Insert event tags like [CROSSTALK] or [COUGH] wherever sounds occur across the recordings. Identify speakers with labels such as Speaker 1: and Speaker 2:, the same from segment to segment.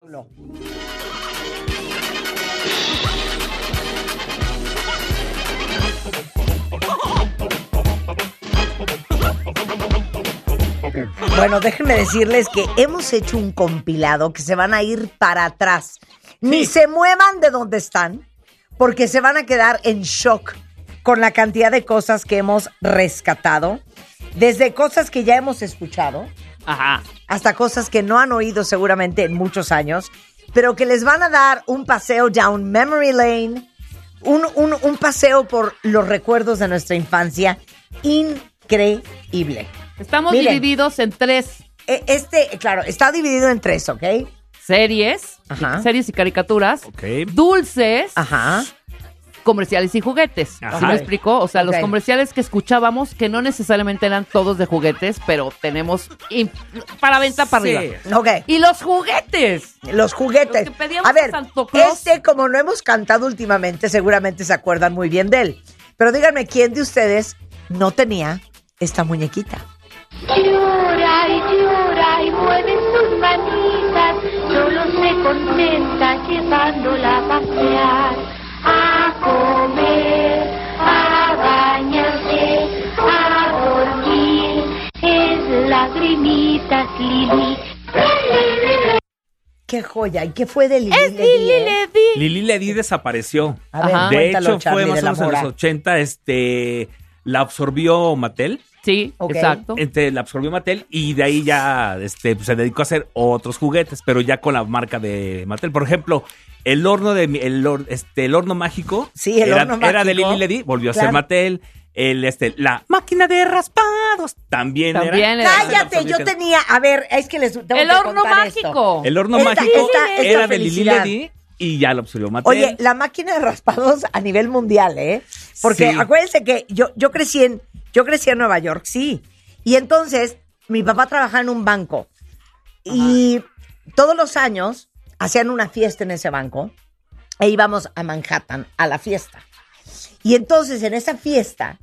Speaker 1: Pablo. Bueno, déjenme decirles que hemos hecho un compilado que se van a ir para atrás. Ni se muevan de donde están, porque se van a quedar en shock con la cantidad de cosas que hemos rescatado, desde cosas que ya hemos escuchado
Speaker 2: Ajá.
Speaker 1: hasta cosas que no han oído seguramente en muchos años, pero que les van a dar un paseo down memory lane, un, un- un paseo por los recuerdos de nuestra infancia increíble.
Speaker 2: Estamos
Speaker 1: Miren.
Speaker 2: divididos en tres
Speaker 1: E- Este, claro, está dividido en tres, ¿ok?
Speaker 2: series,
Speaker 1: Ajá.
Speaker 2: series y caricaturas,
Speaker 3: Ok. Ah.
Speaker 2: dulces,
Speaker 1: Ajá.
Speaker 2: comerciales y juguetes.
Speaker 3: Ajá.
Speaker 2: ¿Sí me explico? O sea,
Speaker 1: Ok.
Speaker 2: los comerciales que escuchábamos, que no necesariamente eran todos de juguetes, pero tenemos in- para venta para
Speaker 3: Sí.
Speaker 2: arriba.
Speaker 1: Ok.
Speaker 2: Y los juguetes.
Speaker 1: Los juguetes.
Speaker 2: Lo que pedíamos
Speaker 1: a ver,
Speaker 2: a Santo Claus.
Speaker 1: este, como no hemos cantado últimamente, seguramente se acuerdan muy bien de él. Pero díganme, ¿quién de ustedes no tenía esta muñequita?
Speaker 4: Llora y llora y mueve sus manitas, solo se contenta llevándola a pasear, a comer, a bañarse, a dormir, es lagrimitas Lili.
Speaker 1: Qué joya. ¿Y qué fue de Lili?
Speaker 2: Es
Speaker 1: Ledi,
Speaker 2: Lili
Speaker 1: eh?
Speaker 2: Ledi.
Speaker 3: Lili Ledi desapareció.
Speaker 1: A ver,
Speaker 2: Ajá.
Speaker 3: de
Speaker 1: Ah, cuéntalo,
Speaker 3: hecho,
Speaker 1: Charlie,
Speaker 3: fue más
Speaker 1: de
Speaker 3: o
Speaker 1: la
Speaker 3: menos en los
Speaker 1: mora.
Speaker 3: 80, este, la absorbió Mattel.
Speaker 2: Sí,
Speaker 1: Ok.
Speaker 2: exacto.
Speaker 3: Este, la absorbió Mattel y de ahí ya este, pues, se dedicó a hacer otros juguetes, pero ya con la marca de Mattel. Por ejemplo, el horno de mi- el, hor- este, el horno mágico.
Speaker 1: Sí, el
Speaker 3: era,
Speaker 1: horno
Speaker 3: Era de
Speaker 1: mágico.
Speaker 3: Lili Ledi, volvió a
Speaker 1: Claro.
Speaker 3: ser Mattel. El, este, la máquina de raspados también, era.
Speaker 2: También era.
Speaker 1: Cállate, yo tenía. A ver, es que les. tengo
Speaker 2: El
Speaker 1: que
Speaker 2: horno
Speaker 1: contar esto.
Speaker 2: mágico.
Speaker 3: El horno
Speaker 1: Esta-
Speaker 3: mágico
Speaker 1: esta- esta
Speaker 3: era de Lili
Speaker 1: felicidad.
Speaker 3: Ledi y ya lo absorbió Mattel.
Speaker 1: Oye, la máquina de raspados a nivel mundial, ¿eh? Porque
Speaker 3: Sí.
Speaker 1: acuérdense que yo, yo crecí en, yo crecí en Nueva York, sí. Y entonces, mi papá trabajaba en un banco. Y todos los años hacían una fiesta en ese banco. E íbamos a Manhattan a la fiesta. Y entonces, en esa fiesta,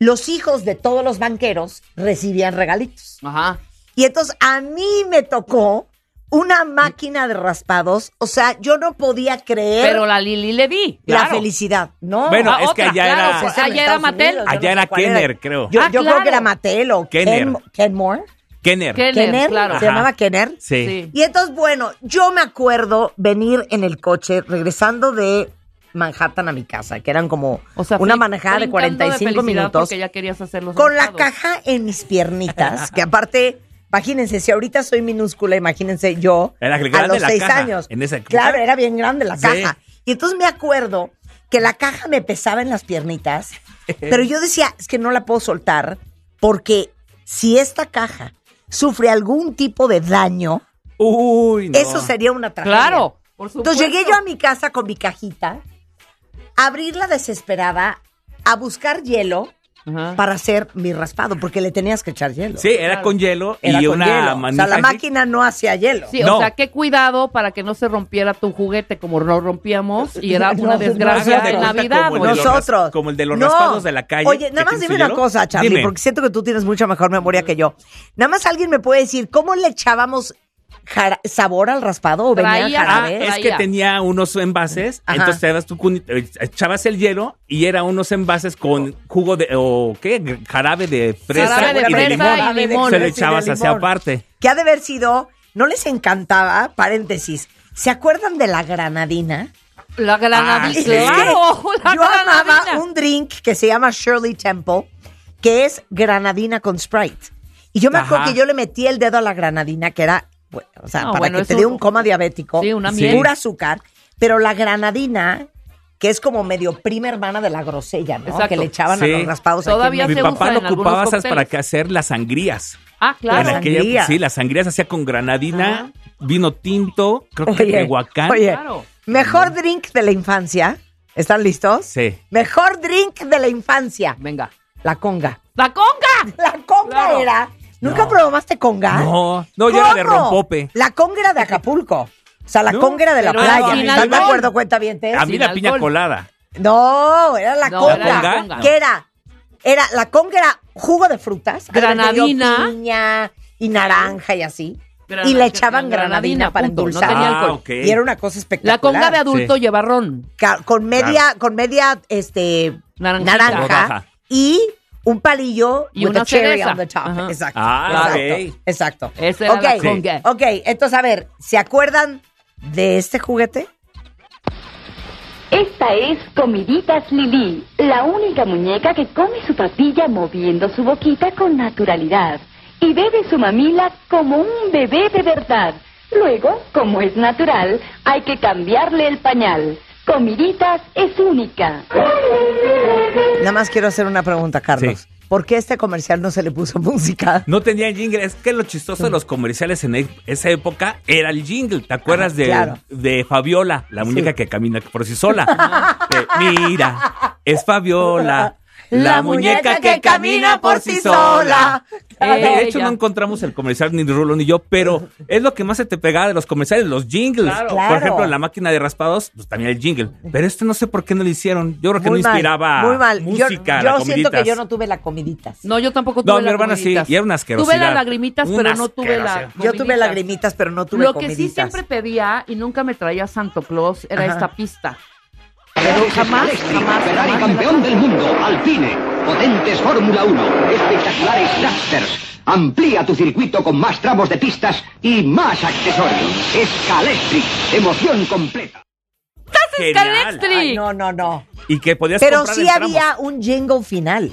Speaker 1: los hijos de todos los banqueros recibían regalitos.
Speaker 2: Ajá.
Speaker 1: Y entonces a mí me tocó una máquina de raspados. O sea, yo no podía creer
Speaker 2: Pero la Lili Ledi.
Speaker 1: la
Speaker 2: claro.
Speaker 1: felicidad. No.
Speaker 3: Bueno,
Speaker 2: Ah,
Speaker 3: es que
Speaker 2: otra,
Speaker 3: allá
Speaker 2: claro,
Speaker 3: era- Ah,
Speaker 2: pues,
Speaker 1: en
Speaker 2: allá era
Speaker 1: Estados
Speaker 2: Mattel.
Speaker 1: Unidos, yo
Speaker 3: Allá
Speaker 1: no
Speaker 3: era
Speaker 1: sé cuál
Speaker 3: Kenner, creo.
Speaker 1: Yo,
Speaker 2: Ah,
Speaker 1: yo creo
Speaker 2: claro.
Speaker 1: que era Mattel o
Speaker 3: Kenner.
Speaker 1: Ken, Kenmore.
Speaker 3: Kenner.
Speaker 2: Kenner,
Speaker 1: Kenner,
Speaker 2: claro.
Speaker 1: se
Speaker 3: Ajá.
Speaker 1: llamaba Kenner.
Speaker 3: Sí.
Speaker 2: Sí.
Speaker 1: Y entonces, bueno, yo me acuerdo venir en el coche regresando de Manhattan a mi casa, que eran como
Speaker 2: O sea,
Speaker 1: una
Speaker 2: feliz-
Speaker 1: manejada de
Speaker 2: brincando
Speaker 1: 45
Speaker 2: felicidad
Speaker 1: minutos
Speaker 2: Porque ya querías hacer los
Speaker 1: con la
Speaker 2: mandados.
Speaker 1: caja en mis piernitas, que aparte, imagínense, si ahorita soy minúscula, imagínense yo
Speaker 3: Era grande
Speaker 1: a los
Speaker 3: la
Speaker 1: seis
Speaker 3: caja,
Speaker 1: años.
Speaker 3: en esa época.
Speaker 1: claro, era bien grande la
Speaker 3: Sí.
Speaker 1: caja. Y entonces me acuerdo que la caja me pesaba en las piernitas, pero yo decía, es que no la puedo soltar, porque si esta caja sufre algún tipo de daño,
Speaker 3: Uy, no.
Speaker 1: eso sería una tragedia.
Speaker 2: Claro. Por supuesto.
Speaker 1: Entonces llegué yo a mi casa con mi cajita, a abrirla desesperada, a buscar hielo
Speaker 2: Ajá.
Speaker 1: para hacer mi raspado, porque le tenías que echar hielo.
Speaker 3: Sí, era con hielo
Speaker 1: Era
Speaker 3: y
Speaker 1: con
Speaker 3: una
Speaker 1: hielo. O
Speaker 3: manija
Speaker 1: sea, la
Speaker 3: así.
Speaker 1: máquina no hacía hielo.
Speaker 2: Sí, o
Speaker 3: No.
Speaker 2: sea, qué cuidado para que no se rompiera tu juguete como lo rompíamos y era
Speaker 1: [LAUGHS] No,
Speaker 2: una
Speaker 1: no,
Speaker 2: desgracia
Speaker 1: no, no,
Speaker 2: en
Speaker 1: no,
Speaker 2: Navidad.
Speaker 3: como
Speaker 2: güey.
Speaker 3: el de los-
Speaker 1: Nosotros.
Speaker 3: como el de los
Speaker 1: No.
Speaker 3: raspados de la calle,
Speaker 1: Oye, nada
Speaker 3: que
Speaker 1: más
Speaker 3: tiene
Speaker 1: dime
Speaker 3: su
Speaker 1: una
Speaker 3: hielo.
Speaker 1: cosa, Charlie,
Speaker 3: Dime.
Speaker 1: porque siento que tú tienes mucha mejor memoria que yo. Nada más alguien me puede decir, ¿cómo le echábamos jara- sabor al raspado o venía
Speaker 2: Traía-
Speaker 3: Ah,
Speaker 1: jarabe?
Speaker 3: es que
Speaker 2: Traía.
Speaker 3: tenía unos envases,
Speaker 1: Ajá.
Speaker 3: entonces te dabas tu cuni- eh, echabas el hielo y era unos envases con jugo de o qué, jarabe de fresa
Speaker 2: Jarabe de
Speaker 3: y de
Speaker 2: fresa
Speaker 3: limón.
Speaker 2: y
Speaker 1: Jarabe de
Speaker 2: limón.
Speaker 3: Se
Speaker 1: fresa
Speaker 3: lo
Speaker 1: y de
Speaker 3: echabas hacia
Speaker 1: limón.
Speaker 3: aparte.
Speaker 1: Que ha de haber sido, no les encantaba, paréntesis, ¿se acuerdan de la granadina?
Speaker 2: La
Speaker 3: Ah,
Speaker 2: granadina.
Speaker 3: sí.
Speaker 2: Claro, la
Speaker 1: Yo amaba
Speaker 2: granadina.
Speaker 1: un drink que se llama Shirley Temple, que es granadina con Sprite. Y yo me acuerdo
Speaker 3: Ajá.
Speaker 1: que yo le metí el dedo a la granadina, que era, bueno, o sea,
Speaker 2: No,
Speaker 1: para
Speaker 2: bueno,
Speaker 1: que
Speaker 2: es
Speaker 1: te dé
Speaker 2: un-
Speaker 1: un coma diabético,
Speaker 2: Sí, una
Speaker 3: Sí. miel.
Speaker 1: pura azúcar, pero la granadina, que es como medio prima hermana de la grosella, ¿no?
Speaker 2: Exacto.
Speaker 1: Que le echaban a
Speaker 3: Sí.
Speaker 1: los raspados. aquí en
Speaker 2: Todavía [LAUGHS]
Speaker 3: Mi
Speaker 2: se
Speaker 1: México.
Speaker 2: usa
Speaker 3: papá
Speaker 2: en
Speaker 3: lo
Speaker 2: algunos
Speaker 3: ocupaba ¿sabes
Speaker 2: cócteles.
Speaker 3: para que hacer las sangrías.
Speaker 2: Ah,
Speaker 3: En
Speaker 2: claro.
Speaker 1: Era-
Speaker 3: aquella-
Speaker 1: Sangría.
Speaker 3: sí, las sangrías se hacía con granadina, vino tinto, creo que
Speaker 1: Oye,
Speaker 3: tehuacán.
Speaker 1: oye,
Speaker 2: Claro.
Speaker 1: mejor drink de la infancia. ¿Están listos?
Speaker 3: Sí.
Speaker 1: Mejor drink de la infancia.
Speaker 2: Venga.
Speaker 1: La conga.
Speaker 2: ¡La conga!
Speaker 1: La conga
Speaker 2: Claro.
Speaker 1: era. ¿Nunca
Speaker 3: No.
Speaker 1: probaste conga?
Speaker 3: No, no, yo era de
Speaker 1: ¿Ah? ¿Cómo?
Speaker 3: rompope.
Speaker 1: La conga era de Acapulco. O sea, la
Speaker 3: No,
Speaker 1: conga era de la
Speaker 2: pero
Speaker 1: playa.
Speaker 2: era sin
Speaker 1: ¿Están de
Speaker 2: alcohol.
Speaker 1: acuerdo, cuenta bien?
Speaker 3: A mí
Speaker 2: Sin
Speaker 3: la piña
Speaker 2: alcohol.
Speaker 3: colada.
Speaker 1: No, era la
Speaker 2: No,
Speaker 1: conga.
Speaker 3: era la conga.
Speaker 1: ¿Qué era? Era, la conga era jugo de frutas.
Speaker 2: Granadina.
Speaker 1: Piña y naranja y así. y
Speaker 2: Granadina-
Speaker 1: le echaban granadina,
Speaker 2: granadina,
Speaker 1: para
Speaker 2: punto, no
Speaker 1: endulzar.
Speaker 2: tenía
Speaker 3: alcohol. Ah, ok.
Speaker 1: Y era una cosa espectacular.
Speaker 2: La conga de adulto
Speaker 3: Sí.
Speaker 2: lleva ron.
Speaker 1: Ca- con media, con media, este,
Speaker 2: Naranjita.
Speaker 1: naranja
Speaker 3: Rodaja.
Speaker 1: y un palillo
Speaker 2: Y
Speaker 1: with
Speaker 2: una
Speaker 1: a cherry
Speaker 2: cereza.
Speaker 1: on the top.
Speaker 2: Ajá.
Speaker 1: Exacto.
Speaker 3: Ah,
Speaker 1: exacto.
Speaker 3: ok.
Speaker 1: Exacto.
Speaker 2: Esa era la
Speaker 1: Ok,
Speaker 2: conga.
Speaker 1: Ok, entonces a ver, ¿se acuerdan de este juguete?
Speaker 5: Esta es Comiditas Lili, la única muñeca que come su papilla moviendo su boquita con naturalidad y bebe su mamila como un bebé de verdad. Luego, como es natural, hay que cambiarle el pañal. Comiditas es única.
Speaker 1: Nada más quiero hacer una pregunta, Carlos.
Speaker 3: Sí.
Speaker 1: ¿Por qué a este comercial no se le puso [LAUGHS] música?
Speaker 3: No tenían jingle. Es que lo chistoso de los comerciales en e- esa época era el jingle. ¿Te acuerdas de,
Speaker 1: claro.
Speaker 3: de Fabiola, la muñeca que camina por sí sola?
Speaker 1: [LAUGHS]
Speaker 3: Eh, mira, es Fabiola. La, muñeca, que camina por sí sola. Eh,
Speaker 2: Claro.
Speaker 3: de hecho,
Speaker 2: Ella.
Speaker 3: no encontramos el comercial ni Rulo ni yo, pero es lo que más se te pegaba de los comerciales, los jingles.
Speaker 2: Claro.
Speaker 1: Claro.
Speaker 3: Por ejemplo, la máquina de raspados, pues también el jingle. Pero este no sé por qué no lo hicieron. Yo creo que
Speaker 1: Muy
Speaker 3: no
Speaker 1: mal,
Speaker 3: inspiraba
Speaker 1: Muy mal. Yo-
Speaker 3: música.
Speaker 1: yo
Speaker 3: la
Speaker 1: siento que
Speaker 3: comiditas.
Speaker 1: yo no tuve la comiditas.
Speaker 2: No, yo tampoco tuve
Speaker 3: No, mi
Speaker 2: la
Speaker 3: hermana sí,
Speaker 2: comiditas.
Speaker 3: y era una
Speaker 2: Tuve
Speaker 3: asquerosidad.
Speaker 2: las lagrimitas,
Speaker 3: Una
Speaker 2: pero no tuve la
Speaker 3: asquerosidad.
Speaker 1: Yo tuve
Speaker 2: comiditas.
Speaker 1: lagrimitas, pero no tuve
Speaker 2: Lo que
Speaker 1: comiditas.
Speaker 2: sí siempre pedía y nunca me traía Santo Claus era
Speaker 1: Ajá.
Speaker 2: esta pista. Pero jamás, jamás,
Speaker 6: Ferrari
Speaker 2: jamás me la-
Speaker 6: campeón del mundo, Alpine, potentes Fórmula 1, espectaculares dragsters. Amplía tu circuito con más tramos de pistas y más accesorios. Escalectric, emoción completa.
Speaker 3: Genial.
Speaker 2: Scalextric.
Speaker 1: Ay, no, no, no.
Speaker 3: Y que podías
Speaker 1: Pero
Speaker 3: comprar
Speaker 1: sí
Speaker 3: en tramos.
Speaker 1: había un jingle final.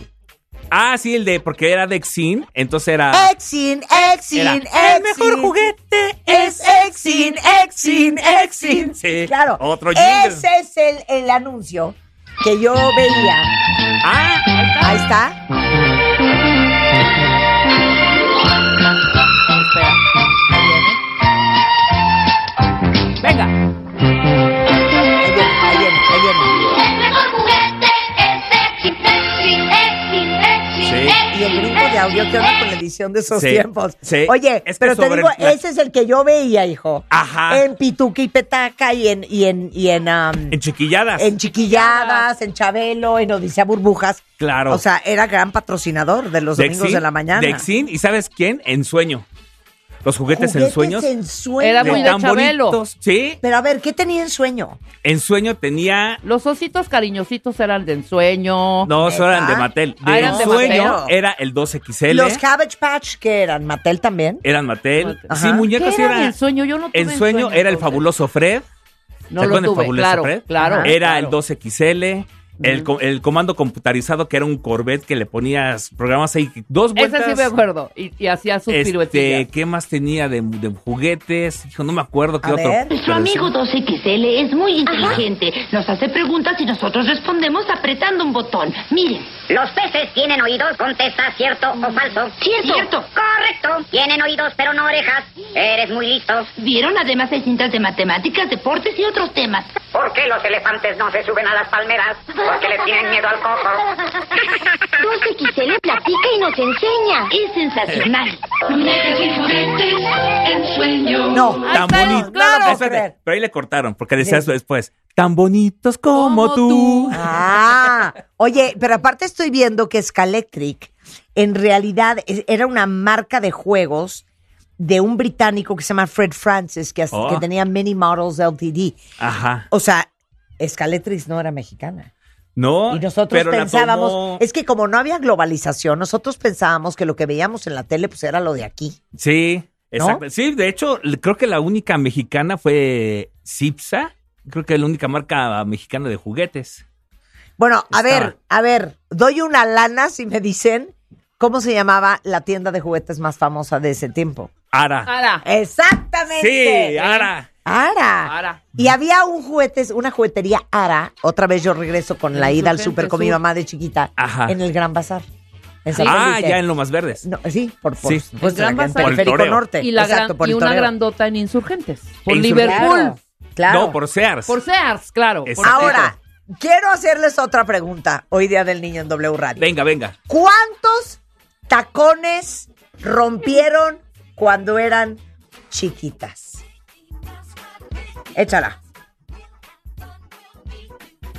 Speaker 3: Ah, sí, el de, porque era de Exin, entonces era...
Speaker 1: Exin, Exin,
Speaker 3: era,
Speaker 1: Exin.
Speaker 3: El mejor juguete
Speaker 1: es Exin, Exin, Exin.
Speaker 3: Sí,
Speaker 1: claro.
Speaker 3: otro jingle.
Speaker 1: Ese es el, el anuncio que yo veía.
Speaker 3: Ah, ahí está.
Speaker 1: Ahí está.
Speaker 2: Espera. Ahí viene. Venga.
Speaker 1: Ahí viene, ahí viene, ahí viene.
Speaker 4: El mejor juguete es Exi, Exi, Exi, Exi,
Speaker 3: Sí.
Speaker 1: Y el brinco de audio que onda con la edición de esos
Speaker 3: Sí,
Speaker 1: tiempos.
Speaker 3: sí.
Speaker 1: Oye,
Speaker 3: Es que
Speaker 1: pero te
Speaker 3: sobre
Speaker 1: digo,
Speaker 3: la-
Speaker 1: ese es el que yo veía, hijo.
Speaker 3: Ajá.
Speaker 1: En Pituca y Petaca y en, y en, y en, am,
Speaker 3: En chiquilladas.
Speaker 1: en Chiquilladas, en Chabelo, en Odisea Burbujas.
Speaker 3: Claro.
Speaker 1: O sea, era gran patrocinador de los
Speaker 3: De
Speaker 1: domingos
Speaker 3: Exin,
Speaker 1: de la mañana.
Speaker 3: De Exin, ¿y sabes quién? En sueño. Los juguetes, en sueños.
Speaker 1: en sueño.
Speaker 2: Era muy de
Speaker 3: tan
Speaker 2: Chabelo.
Speaker 3: bonitos. Sí,
Speaker 1: Pero a ver, ¿qué tenía en sueño?
Speaker 3: en sueño tenía...
Speaker 2: Los ositos cariñositos eran de ensueño.
Speaker 3: No, eso eran de
Speaker 1: ¿Neta?
Speaker 3: Mattel. De
Speaker 2: Ah, eran de
Speaker 3: sueño
Speaker 1: Mattel.
Speaker 3: era el 2XL.
Speaker 1: Los Cabbage Patch, que eran Mattel también.
Speaker 3: eran Mattel.
Speaker 2: Mattel.
Speaker 3: Sí,
Speaker 1: Ajá.
Speaker 2: ¿Qué
Speaker 3: muñecos sí
Speaker 2: era
Speaker 3: eran.
Speaker 2: de ensueño? Yo no tuve
Speaker 3: En sueño era el
Speaker 2: entonces.
Speaker 3: fabuloso Fred.
Speaker 2: No
Speaker 3: ¿Se
Speaker 2: lo
Speaker 3: acuerdan del
Speaker 2: tuve,
Speaker 3: fabuloso
Speaker 2: claro,
Speaker 3: Fred?
Speaker 2: claro.
Speaker 1: Ajá.
Speaker 3: Era
Speaker 2: Ah, claro.
Speaker 3: el 2XL. El, co- el comando computarizado que era un Corvette que le ponías programas ahí dos vueltas.
Speaker 2: Ese sí me acuerdo. Y, y hacía sus
Speaker 3: este,
Speaker 2: piruetillas.
Speaker 3: ¿Qué más tenía de, de juguetes? Hijo, no me acuerdo qué
Speaker 1: A
Speaker 3: otro.
Speaker 1: ver.
Speaker 5: Nuestro
Speaker 3: pero sí.
Speaker 5: amigo 2XL es muy inteligente. Nos hace preguntas y nosotros respondemos apretando un botón. Miren.
Speaker 7: Los peces tienen oídos, contesta cierto o falso.
Speaker 5: Cierto.
Speaker 7: Correcto. Tienen oídos, pero no orejas. Eres muy listo.
Speaker 5: Vieron además hay cintas de matemáticas, deportes y otros temas.
Speaker 7: ¿Por qué los elefantes no se suben a las palmeras? Porque les tienen miedo al coco.
Speaker 5: 2XL platica y nos enseña. Es sensacional.
Speaker 1: No.
Speaker 2: Ahí
Speaker 3: Tan
Speaker 2: está,
Speaker 3: bonito.
Speaker 2: claro.
Speaker 3: No, espérate,
Speaker 1: Fred.
Speaker 3: pero ahí le cortaron, porque decías
Speaker 1: Sí.
Speaker 3: después, tan bonitos como,
Speaker 2: Como
Speaker 3: tú.
Speaker 2: tú.
Speaker 1: Ah, oye, pero aparte estoy viendo que Scalectric en realidad es- era una marca de juegos de un británico que se llama Fred Francis, que, as-
Speaker 3: Oh.
Speaker 1: que tenía Many Models LTD.
Speaker 3: Ajá.
Speaker 1: O sea, Scalectric no era mexicana.
Speaker 3: No,
Speaker 1: Y nosotros
Speaker 3: Oh, pero la
Speaker 1: pensábamos,
Speaker 3: tomó-
Speaker 1: es que como no había globalización, nosotros pensábamos que lo que veíamos en la tele pues era lo de aquí.
Speaker 3: Sí,
Speaker 1: ¿No?
Speaker 3: exacto. Sí, de hecho, l- creo que la única mexicana fue Cipsa. Creo que es la única marca mexicana de juguetes.
Speaker 1: Bueno, a
Speaker 3: Estaba.
Speaker 1: ver, a ver, doy una lana si me dicen cómo se llamaba la tienda de juguetes más famosa de ese tiempo.
Speaker 3: Ara.
Speaker 2: Ara.
Speaker 1: Exactamente.
Speaker 3: Sí, Ara.
Speaker 1: Ara.
Speaker 2: Ara.
Speaker 1: Y había un juguetes, una juguetería Ara. Otra vez yo regreso con la
Speaker 2: En
Speaker 1: ida al
Speaker 2: Insurgente
Speaker 1: súper con mi
Speaker 2: Sur.
Speaker 1: mamá de chiquita
Speaker 3: Ajá.
Speaker 1: en el Gran Bazar. en San
Speaker 3: Ah,
Speaker 1: Felipe.
Speaker 3: ya en lo más verdes.
Speaker 1: No, sí, por, por
Speaker 3: Sí.
Speaker 1: supuesto, en
Speaker 2: El Gran
Speaker 1: el
Speaker 2: Bazar. Por
Speaker 3: el
Speaker 1: periférico
Speaker 3: toreo.
Speaker 1: norte.
Speaker 2: Y, la gran-
Speaker 1: Exacto, por
Speaker 2: y
Speaker 1: el
Speaker 2: una
Speaker 1: toreo.
Speaker 2: grandota en Insurgentes. Por
Speaker 3: E Insurgentes.
Speaker 2: Liverpool.
Speaker 1: Claro, claro.
Speaker 3: No, por Sears.
Speaker 2: Por Sears, claro. por
Speaker 3: Exacto.
Speaker 1: Ahora, quiero hacerles otra pregunta. Hoy día del niño en W Radio.
Speaker 3: Venga, venga.
Speaker 1: ¿Cuántos tacones rompieron cuando eran chiquitas? Échala.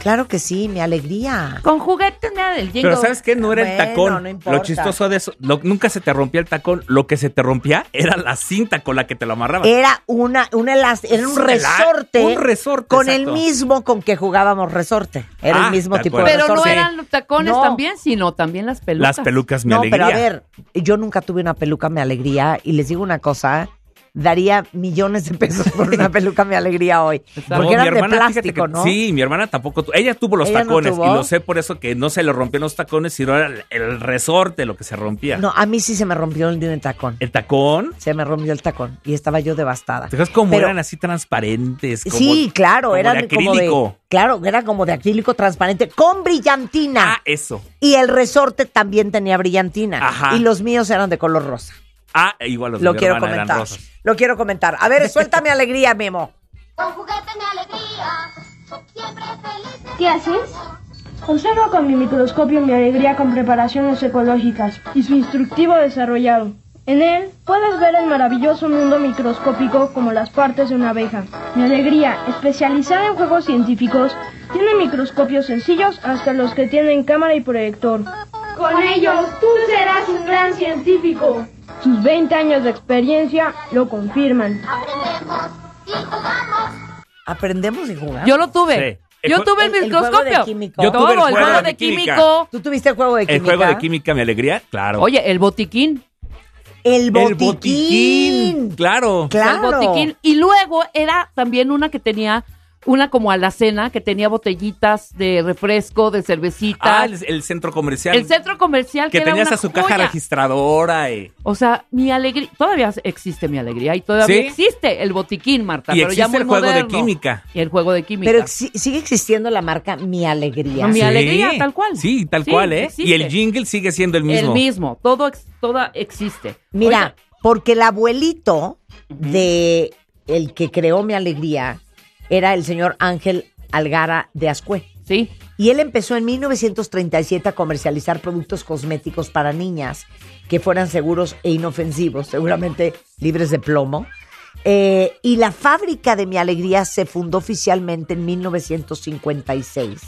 Speaker 1: Claro que sí, mi alegría.
Speaker 2: Con juguetes, nada del jingle.
Speaker 3: Pero ¿sabes qué? No era el
Speaker 1: Bueno,
Speaker 3: tacón.
Speaker 1: no importa.
Speaker 3: lo chistoso de eso, lo- nunca se te rompía el tacón. Lo que se te rompía era la cinta con la que te lo amarraban.
Speaker 1: Era una, una elas- era un
Speaker 3: Un ela-
Speaker 1: resorte.
Speaker 3: un resorte,
Speaker 1: Con
Speaker 3: exacto.
Speaker 1: el mismo con que jugábamos resorte. Era
Speaker 3: Ah,
Speaker 1: el mismo
Speaker 3: de
Speaker 1: tipo
Speaker 3: acuerdo.
Speaker 1: de
Speaker 2: Pero no
Speaker 1: resorte.
Speaker 2: eran los tacones
Speaker 1: No.
Speaker 2: también, sino también las pelucas.
Speaker 3: Las pelucas, mi
Speaker 1: No,
Speaker 3: alegría.
Speaker 1: pero a ver, yo nunca tuve una peluca mi alegría y les digo una cosa, daría millones de pesos por
Speaker 3: [LAUGHS]
Speaker 1: una peluca mi alegría hoy.
Speaker 2: Está
Speaker 3: No,
Speaker 1: Porque
Speaker 3: mi
Speaker 1: eran de
Speaker 3: hermana, fíjate
Speaker 1: plástico,
Speaker 3: que-
Speaker 1: ¿no?
Speaker 3: Sí, mi hermana tampoco. tu- Ella tuvo los
Speaker 1: ¿Ella no
Speaker 3: tacones
Speaker 1: tuvo?
Speaker 3: y lo sé por eso que no se le rompían los tacones, sino era el, el resorte lo que se rompía.
Speaker 1: No, a mí sí se me rompió el de un tacón.
Speaker 3: El tacón.
Speaker 1: Se me rompió el tacón y estaba yo devastada.
Speaker 3: ¿Te acuerdas cómo
Speaker 1: Pero-
Speaker 3: eran así transparentes? Como,
Speaker 1: sí, claro,
Speaker 3: como
Speaker 1: eran
Speaker 3: de
Speaker 1: como de
Speaker 3: acrílico?
Speaker 1: Claro, era como de acrílico transparente con brillantina.
Speaker 3: Ah, eso.
Speaker 1: Y el resorte también tenía brillantina.
Speaker 3: Ajá.
Speaker 1: Y los míos eran de color rosa.
Speaker 3: Ah, igual los de
Speaker 1: Lo
Speaker 3: mi
Speaker 1: quiero
Speaker 3: hermana eran
Speaker 1: comentar.
Speaker 3: rosas.
Speaker 1: Lo quiero comentar. A ver, suéltame alegría, Memo.
Speaker 4: Con juguete mi alegría, siempre feliz.
Speaker 8: ¿Qué haces? Observo con mi microscopio mi alegría con preparaciones ecológicas y su instructivo desarrollado. En él puedes ver el maravilloso mundo microscópico como las partes de una abeja. Mi alegría, especializada en juegos científicos, tiene microscopios sencillos hasta los que tienen cámara y proyector. Con ellos tú serás un gran científico. Sus 20 años de experiencia lo confirman.
Speaker 4: Aprendemos y jugamos.
Speaker 1: Aprendemos y jugamos.
Speaker 2: Yo lo tuve.
Speaker 3: Sí. El
Speaker 2: Yo
Speaker 3: jue-
Speaker 2: tuve el,
Speaker 1: el- el juego de
Speaker 2: microscopio.
Speaker 1: químico.
Speaker 3: Yo tuve el
Speaker 2: Todo,
Speaker 3: juego de
Speaker 2: de
Speaker 3: química.
Speaker 2: químico.
Speaker 1: ¿Tú tuviste el juego de
Speaker 3: El
Speaker 1: química?
Speaker 3: juego de química, mi alegría, claro.
Speaker 2: Oye, el botiquín.
Speaker 1: El botiquín.
Speaker 3: el botiquín. Claro.
Speaker 1: Claro.
Speaker 2: El botiquín. Y luego era también una que tenía, una como alacena, que tenía botellitas de refresco, de cervecita.
Speaker 3: Ah,
Speaker 2: el,
Speaker 3: el, el centro comercial.
Speaker 2: centro comercial que,
Speaker 3: que
Speaker 2: era
Speaker 3: tenías
Speaker 2: una
Speaker 3: a su caja
Speaker 2: joya.
Speaker 3: registradora eh,
Speaker 2: O sea, mi alegría, todavía existe mi alegría y todavía
Speaker 3: ¿Sí?
Speaker 2: existe el botiquín, Marta.
Speaker 3: y
Speaker 2: pero ya
Speaker 3: existe
Speaker 2: muy
Speaker 3: el juego de
Speaker 2: moderno.
Speaker 3: química.
Speaker 2: Y el juego de química.
Speaker 1: Pero exi- sigue existiendo la marca Mi Alegría.
Speaker 2: Mi
Speaker 3: Sí.
Speaker 2: alegría, tal cual.
Speaker 3: Sí, tal
Speaker 2: Sí,
Speaker 3: cual, ¿eh?
Speaker 2: existe.
Speaker 3: Y el jingle sigue siendo el mismo.
Speaker 2: El mismo, todo, ex- toda existe.
Speaker 1: Mira,
Speaker 2: Oiga,
Speaker 1: porque el abuelito de el que creó Mi Alegría era el señor Ángel Algara de Ascue.
Speaker 2: sí,
Speaker 1: Y él empezó en 1937 a comercializar productos cosméticos para niñas que fueran seguros e inofensivos, seguramente libres de plomo. Eh, y la fábrica de Mi Alegría se fundó oficialmente en 1956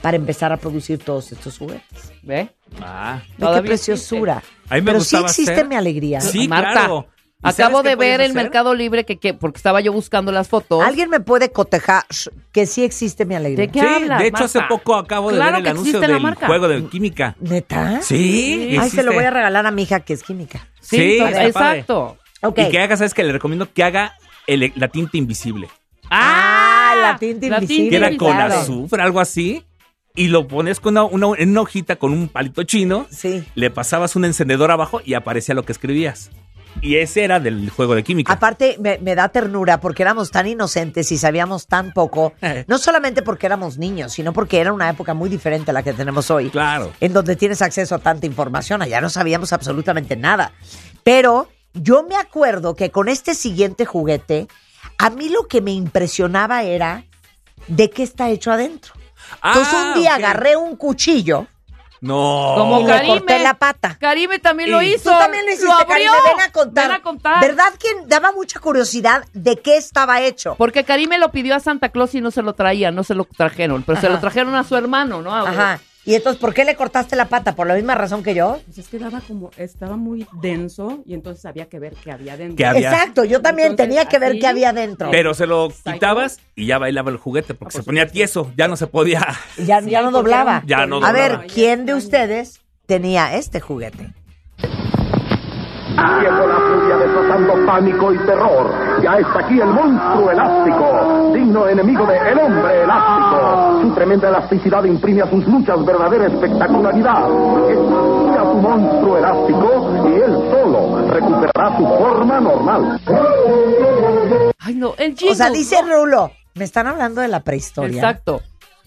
Speaker 1: para empezar a producir todos estos juguetes.
Speaker 2: ¿ve?
Speaker 3: Ah.
Speaker 1: Ve ¡Qué
Speaker 2: Todavía
Speaker 1: preciosura!
Speaker 3: A mí me
Speaker 1: Pero sí
Speaker 3: gustaba
Speaker 1: existe
Speaker 3: hacer-
Speaker 1: Mi Alegría.
Speaker 3: Sí,
Speaker 2: Marta,
Speaker 3: claro. ¿Y
Speaker 2: Acabo
Speaker 3: sabes qué
Speaker 2: de ver
Speaker 3: podías
Speaker 2: el
Speaker 3: hacer?
Speaker 2: Mercado Libre, que, que porque estaba yo buscando las fotos.
Speaker 1: ¿Alguien me puede cotejar que sí existe Mi Alegría?
Speaker 2: ¿De qué
Speaker 3: sí,
Speaker 2: hablas,
Speaker 3: de hecho hace
Speaker 2: Marta?
Speaker 3: poco acabo de
Speaker 2: Claro
Speaker 3: ver el
Speaker 2: que
Speaker 3: anuncio
Speaker 2: existe la
Speaker 3: del
Speaker 2: marca.
Speaker 3: juego de química.
Speaker 1: ¿Neta?
Speaker 3: Sí,
Speaker 1: Ay, se lo
Speaker 3: existe.
Speaker 1: voy a regalar a mi hija que es química.
Speaker 2: Sí,
Speaker 3: Sí,
Speaker 2: to-
Speaker 3: está padre.
Speaker 2: exacto.
Speaker 1: Ok.
Speaker 3: Y que haga, ¿sabes qué? Le recomiendo que haga el- la tinta invisible.
Speaker 1: Ah, la tinta invisible,
Speaker 3: que era con
Speaker 1: claro.
Speaker 3: azufre, algo así. Y lo pones con una, una- en una hojita con un palito chino.
Speaker 1: Sí.
Speaker 3: Le pasabas un encendedor abajo y aparecía lo que escribías. Y ese era del juego de química.
Speaker 1: Aparte, me, me da ternura porque éramos tan inocentes y sabíamos tan poco,
Speaker 3: [LAUGHS] Eh.
Speaker 1: no solamente porque éramos niños, sino porque era una época muy diferente a la que tenemos hoy,
Speaker 3: Claro.
Speaker 1: en donde tienes acceso a tanta información, allá no sabíamos absolutamente nada. Pero yo me acuerdo que con este siguiente juguete, a mí lo que me impresionaba era de qué está hecho adentro. Entonces
Speaker 3: Ah,
Speaker 1: un día
Speaker 3: ok. Oh.
Speaker 1: agarré un cuchillo
Speaker 3: No.
Speaker 2: Como
Speaker 1: y le
Speaker 2: Karime.
Speaker 1: corté la pata.
Speaker 2: Karime también lo
Speaker 3: Y-
Speaker 2: hizo.
Speaker 1: Tú también lo hiciste,
Speaker 2: abrió.
Speaker 1: Karime, ven a contar.
Speaker 2: Ven a contar.
Speaker 1: ¿Verdad que daba mucha curiosidad de qué estaba hecho?
Speaker 2: Porque Karime lo pidió a Santa Claus y no se lo traía, no se lo trajeron, pero se
Speaker 1: Ajá.
Speaker 2: lo trajeron a su hermano, ¿no? A-
Speaker 1: Ajá. ¿Y entonces por qué le cortaste la pata? ¿Por la misma razón que yo?
Speaker 9: Pues es que daba como, estaba muy denso y entonces había que ver qué había dentro.
Speaker 3: Que había-
Speaker 1: Exacto, yo también
Speaker 9: Entonces,
Speaker 1: tenía que ver
Speaker 9: así,
Speaker 1: qué había dentro.
Speaker 3: Pero se lo
Speaker 9: Psycho.
Speaker 3: quitabas y ya bailaba el juguete porque
Speaker 9: Ah, por
Speaker 3: se ponía
Speaker 9: supuesto.
Speaker 3: tieso, ya no se podía.
Speaker 1: ya,
Speaker 9: Sí,
Speaker 1: ya
Speaker 9: porque
Speaker 1: no doblaba.
Speaker 9: era un
Speaker 3: Ya no
Speaker 9: polvo.
Speaker 1: A
Speaker 3: doblaba.
Speaker 1: ver, ¿quién de ustedes tenía este juguete?
Speaker 10: Siento la furia desatando pánico y terror. Ya está aquí el monstruo elástico, digno enemigo de El Hombre Elástico. Su tremenda elasticidad imprime a sus luchas verdadera espectacularidad. Escucha a tu monstruo elástico y él solo recuperará su forma normal.
Speaker 2: Ay, no, el
Speaker 1: O sea,
Speaker 2: jingle.
Speaker 1: dice Rulo, me están hablando de la prehistoria.
Speaker 2: Exacto.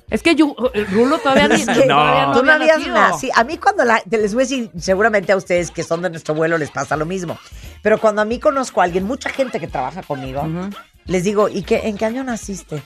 Speaker 2: Es que yo, el Rulo todavía
Speaker 3: [LAUGHS]
Speaker 2: ni,
Speaker 1: Es que
Speaker 2: todavía
Speaker 3: no.
Speaker 1: tú [LAUGHS] no
Speaker 2: había
Speaker 1: habías
Speaker 2: nacido.
Speaker 1: nacido. A mí cuando la, te les voy a decir, seguramente a ustedes que son de nuestro vuelo les pasa lo mismo. Pero cuando a mí conozco a alguien, mucha gente que trabaja conmigo,
Speaker 2: Ujú.
Speaker 1: les digo, ¿y qué, en qué año naciste?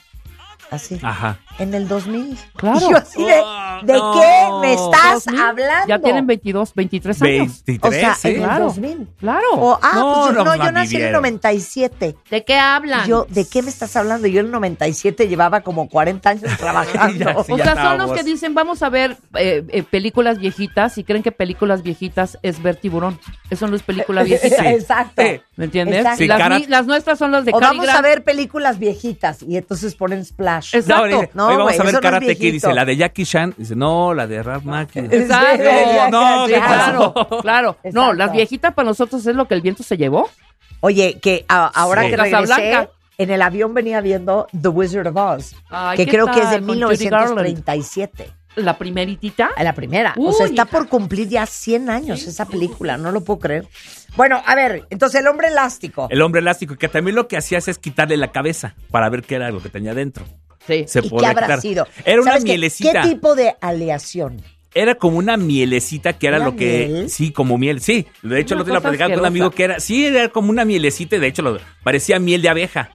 Speaker 1: Así.
Speaker 3: Ajá.
Speaker 1: En el 2000.
Speaker 2: Claro.
Speaker 1: [LAUGHS] Y yo así de, ¿De
Speaker 3: Oh, No.
Speaker 1: qué me estás
Speaker 2: 2000,
Speaker 1: hablando?
Speaker 2: Ya tienen 22, 23 años.
Speaker 3: 23,
Speaker 1: O sea,
Speaker 3: ¿eh?
Speaker 1: en el
Speaker 2: Claro.
Speaker 1: 2000.
Speaker 2: Claro.
Speaker 1: O, ah,
Speaker 3: No,
Speaker 1: pues yo,
Speaker 3: no,
Speaker 1: no,
Speaker 3: la
Speaker 1: yo nací en el
Speaker 3: vivieron.
Speaker 1: 97.
Speaker 2: ¿De qué hablan?
Speaker 1: Yo, ¿de qué me estás hablando? Yo en el 97 llevaba como 40
Speaker 3: [LAUGHS]
Speaker 1: años trabajando.
Speaker 3: Sí,
Speaker 2: O
Speaker 3: ya
Speaker 2: sea, son
Speaker 3: estábamos.
Speaker 2: los que dicen, vamos a ver eh, eh, películas viejitas y creen que películas viejitas es ver tiburón. Eso no es
Speaker 1: [LAUGHS]
Speaker 2: película viejita.
Speaker 1: Exacto.
Speaker 3: Eh,
Speaker 2: ¿Me entiendes?
Speaker 1: Exacto.
Speaker 3: Sí,
Speaker 2: las,
Speaker 3: cara-
Speaker 2: mi- las nuestras son las de
Speaker 1: O
Speaker 2: Cary
Speaker 1: vamos a
Speaker 2: Grant.
Speaker 1: ver películas viejitas y entonces ponen Splash.
Speaker 2: Es- Exacto.
Speaker 3: No, dice,
Speaker 1: No,
Speaker 3: hoy vamos
Speaker 1: güey,
Speaker 3: a ver
Speaker 1: eso no es
Speaker 3: Karate Kid,
Speaker 1: viejito. Ah,
Speaker 3: dice, la de Jackie Chan. Dice, no, la de
Speaker 1: [LAUGHS]
Speaker 3: Ralph Macchio.
Speaker 2: Exacto.
Speaker 3: No, ¿qué
Speaker 2: Claro,
Speaker 3: pasó?
Speaker 2: claro.
Speaker 1: Exacto.
Speaker 2: No, las viejitas para nosotros es lo que el viento se llevó.
Speaker 1: Oye, que a- ahora
Speaker 3: Sí.
Speaker 1: que regresé,
Speaker 2: Casablanca.
Speaker 1: en el avión venía viendo The Wizard of Oz,
Speaker 2: Ay,
Speaker 1: que
Speaker 2: ¿qué
Speaker 1: creo que es
Speaker 2: tal
Speaker 1: de
Speaker 2: con Judy Garland?
Speaker 1: 1937.
Speaker 2: La primeritita.
Speaker 1: A la primera. o sea,
Speaker 2: Uy,
Speaker 1: está
Speaker 2: hija.
Speaker 1: por cumplir ya 100 años esa película, no lo puedo creer. Bueno, a ver, entonces el hombre elástico.
Speaker 3: El hombre elástico, que también lo que hacías es quitarle la cabeza para ver qué era lo que tenía dentro.
Speaker 2: Sí.
Speaker 3: Se
Speaker 1: ¿Y qué
Speaker 3: podía
Speaker 1: habrá
Speaker 3: quitar.
Speaker 1: sido?
Speaker 3: Era una
Speaker 1: ¿Sabes qué?
Speaker 3: mielecita.
Speaker 1: ¿Qué tipo de aleación?
Speaker 3: Era como una mielecita que era
Speaker 1: ¿Una
Speaker 3: lo que.
Speaker 1: miel?
Speaker 3: Sí, como miel. Sí. De hecho,
Speaker 2: Una
Speaker 3: lo otro la
Speaker 2: cosa
Speaker 3: platicaba con un amigo
Speaker 2: asquerosa.
Speaker 3: que era. Sí, era como una mielecita. y De hecho, lo- parecía miel de abeja.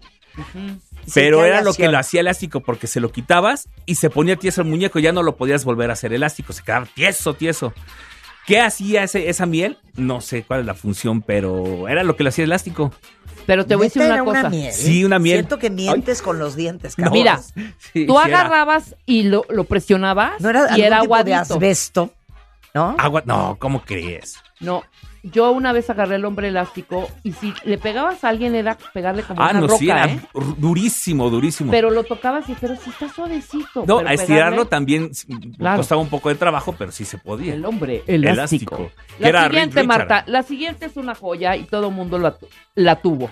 Speaker 3: Pero
Speaker 1: ¿qué
Speaker 3: era lo que
Speaker 1: aleación?
Speaker 3: lo hacía elástico, porque se lo quitabas y se ponía tieso el muñeco, ya no lo podías volver a hacer elástico, se quedaba tieso, tieso. ¿Qué hacía ese- esa miel? No sé cuál es la función, pero era lo que lo hacía elástico.
Speaker 2: Pero te voy a decir
Speaker 1: ¿Neta
Speaker 2: una
Speaker 1: era
Speaker 2: cosa.
Speaker 1: miel?
Speaker 3: Sí, una miel.
Speaker 1: Siento que mientes con los dientes,
Speaker 3: No.
Speaker 1: cabrón.
Speaker 2: Mira,
Speaker 3: [LAUGHS] Sí,
Speaker 2: Tú
Speaker 3: sí era.
Speaker 2: agarrabas y lo, lo presionabas
Speaker 1: No era
Speaker 2: y
Speaker 1: algún
Speaker 2: era
Speaker 1: tipo de
Speaker 2: aguadito.
Speaker 1: asbesto, ¿no?
Speaker 3: Agua, no, ¿cómo crees?
Speaker 2: No, yo una vez agarré el hombre elástico y si le pegabas a alguien era pegarle como
Speaker 3: Ah,
Speaker 2: una
Speaker 3: no,
Speaker 2: roca,
Speaker 3: sí, era
Speaker 2: ¿eh?
Speaker 3: ru- durísimo, durísimo.
Speaker 2: Pero lo tocabas y, pero si está [LAUGHS] suavecito.
Speaker 3: no,
Speaker 2: pero
Speaker 3: a estirarlo
Speaker 2: pegarle
Speaker 3: también sí,
Speaker 2: Claro.
Speaker 3: costaba un poco de trabajo, pero sí se podía.
Speaker 2: El hombre
Speaker 3: Elástico.
Speaker 2: elástico.
Speaker 3: Que era
Speaker 2: La
Speaker 3: Rick
Speaker 2: siguiente,
Speaker 3: Richard.
Speaker 2: Marta, la siguiente es una joya y todo el mundo la, tu- la tuvo.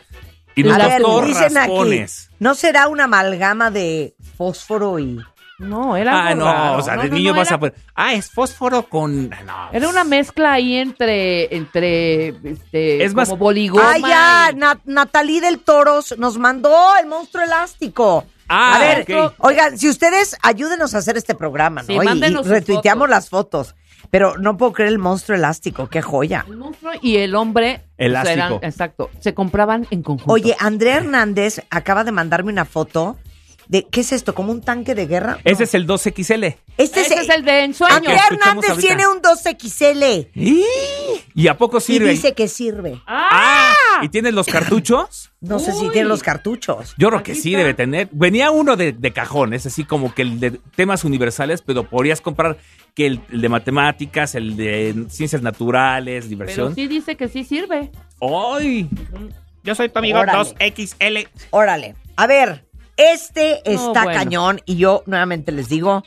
Speaker 3: Y nos
Speaker 1: a ver,
Speaker 3: costó
Speaker 1: dicen aquí,
Speaker 3: raspones.
Speaker 1: ¿no será una amalgama de fósforo y...?
Speaker 2: No, era
Speaker 3: Ah,
Speaker 2: algo
Speaker 3: no,
Speaker 2: raro.
Speaker 3: o sea,
Speaker 2: No,
Speaker 3: de
Speaker 2: no,
Speaker 3: niño
Speaker 2: no,
Speaker 3: vas
Speaker 2: era,
Speaker 3: a poner. Ah, es fósforo con. ah, no.
Speaker 2: Era una mezcla ahí entre, entre, este,
Speaker 3: Es más-
Speaker 2: como boligoma.
Speaker 1: ¡Ay, Ah, ya!
Speaker 2: y-
Speaker 1: Na- Natalie del Toros nos mandó el monstruo elástico.
Speaker 3: Ah,
Speaker 1: a ver,
Speaker 3: ok.
Speaker 1: oigan, si ustedes ayúdenos a hacer este programa, ¿no?
Speaker 2: Sí,
Speaker 1: Y- y
Speaker 2: mándenos sus
Speaker 1: retuiteamos
Speaker 2: fotos.
Speaker 1: las fotos. Pero no puedo creer el monstruo elástico, qué joya.
Speaker 2: El monstruo y el hombre. pues,
Speaker 3: Elástico.
Speaker 2: eran- exacto. Se compraban en conjunto.
Speaker 1: Oye, Andrea Hernández acaba de mandarme una foto de, ¿qué es esto? ¿Como un tanque de guerra?
Speaker 3: Ese
Speaker 1: No.
Speaker 3: es el 2XL.
Speaker 1: Este
Speaker 2: ese es el de ensueño.
Speaker 1: Andrea
Speaker 3: Eh, Ah, que escuchamos
Speaker 1: Hernández
Speaker 3: ahorita.
Speaker 1: tiene un 2XL
Speaker 3: ¡Ih! ¿Y a poco sirve?
Speaker 1: y dice que sirve.
Speaker 3: ¡Ah! ¿Y tienes los cartuchos?
Speaker 1: No sé si
Speaker 2: Uy.
Speaker 1: tiene los cartuchos.
Speaker 3: Yo creo
Speaker 2: Aquí
Speaker 3: que sí
Speaker 2: está.
Speaker 3: debe tener. Venía uno de, de cajón, es así como que el de temas universales, pero podrías comprar que el, el de matemáticas, el de ciencias naturales,
Speaker 2: Pero
Speaker 3: diversión.
Speaker 2: sí dice que sí sirve.
Speaker 3: ¡Ay! Yo soy tu
Speaker 1: amigo Órale.
Speaker 3: 2XL.
Speaker 1: Órale. A ver, este
Speaker 2: No,
Speaker 1: está
Speaker 2: bueno.
Speaker 1: cañón y yo nuevamente les digo,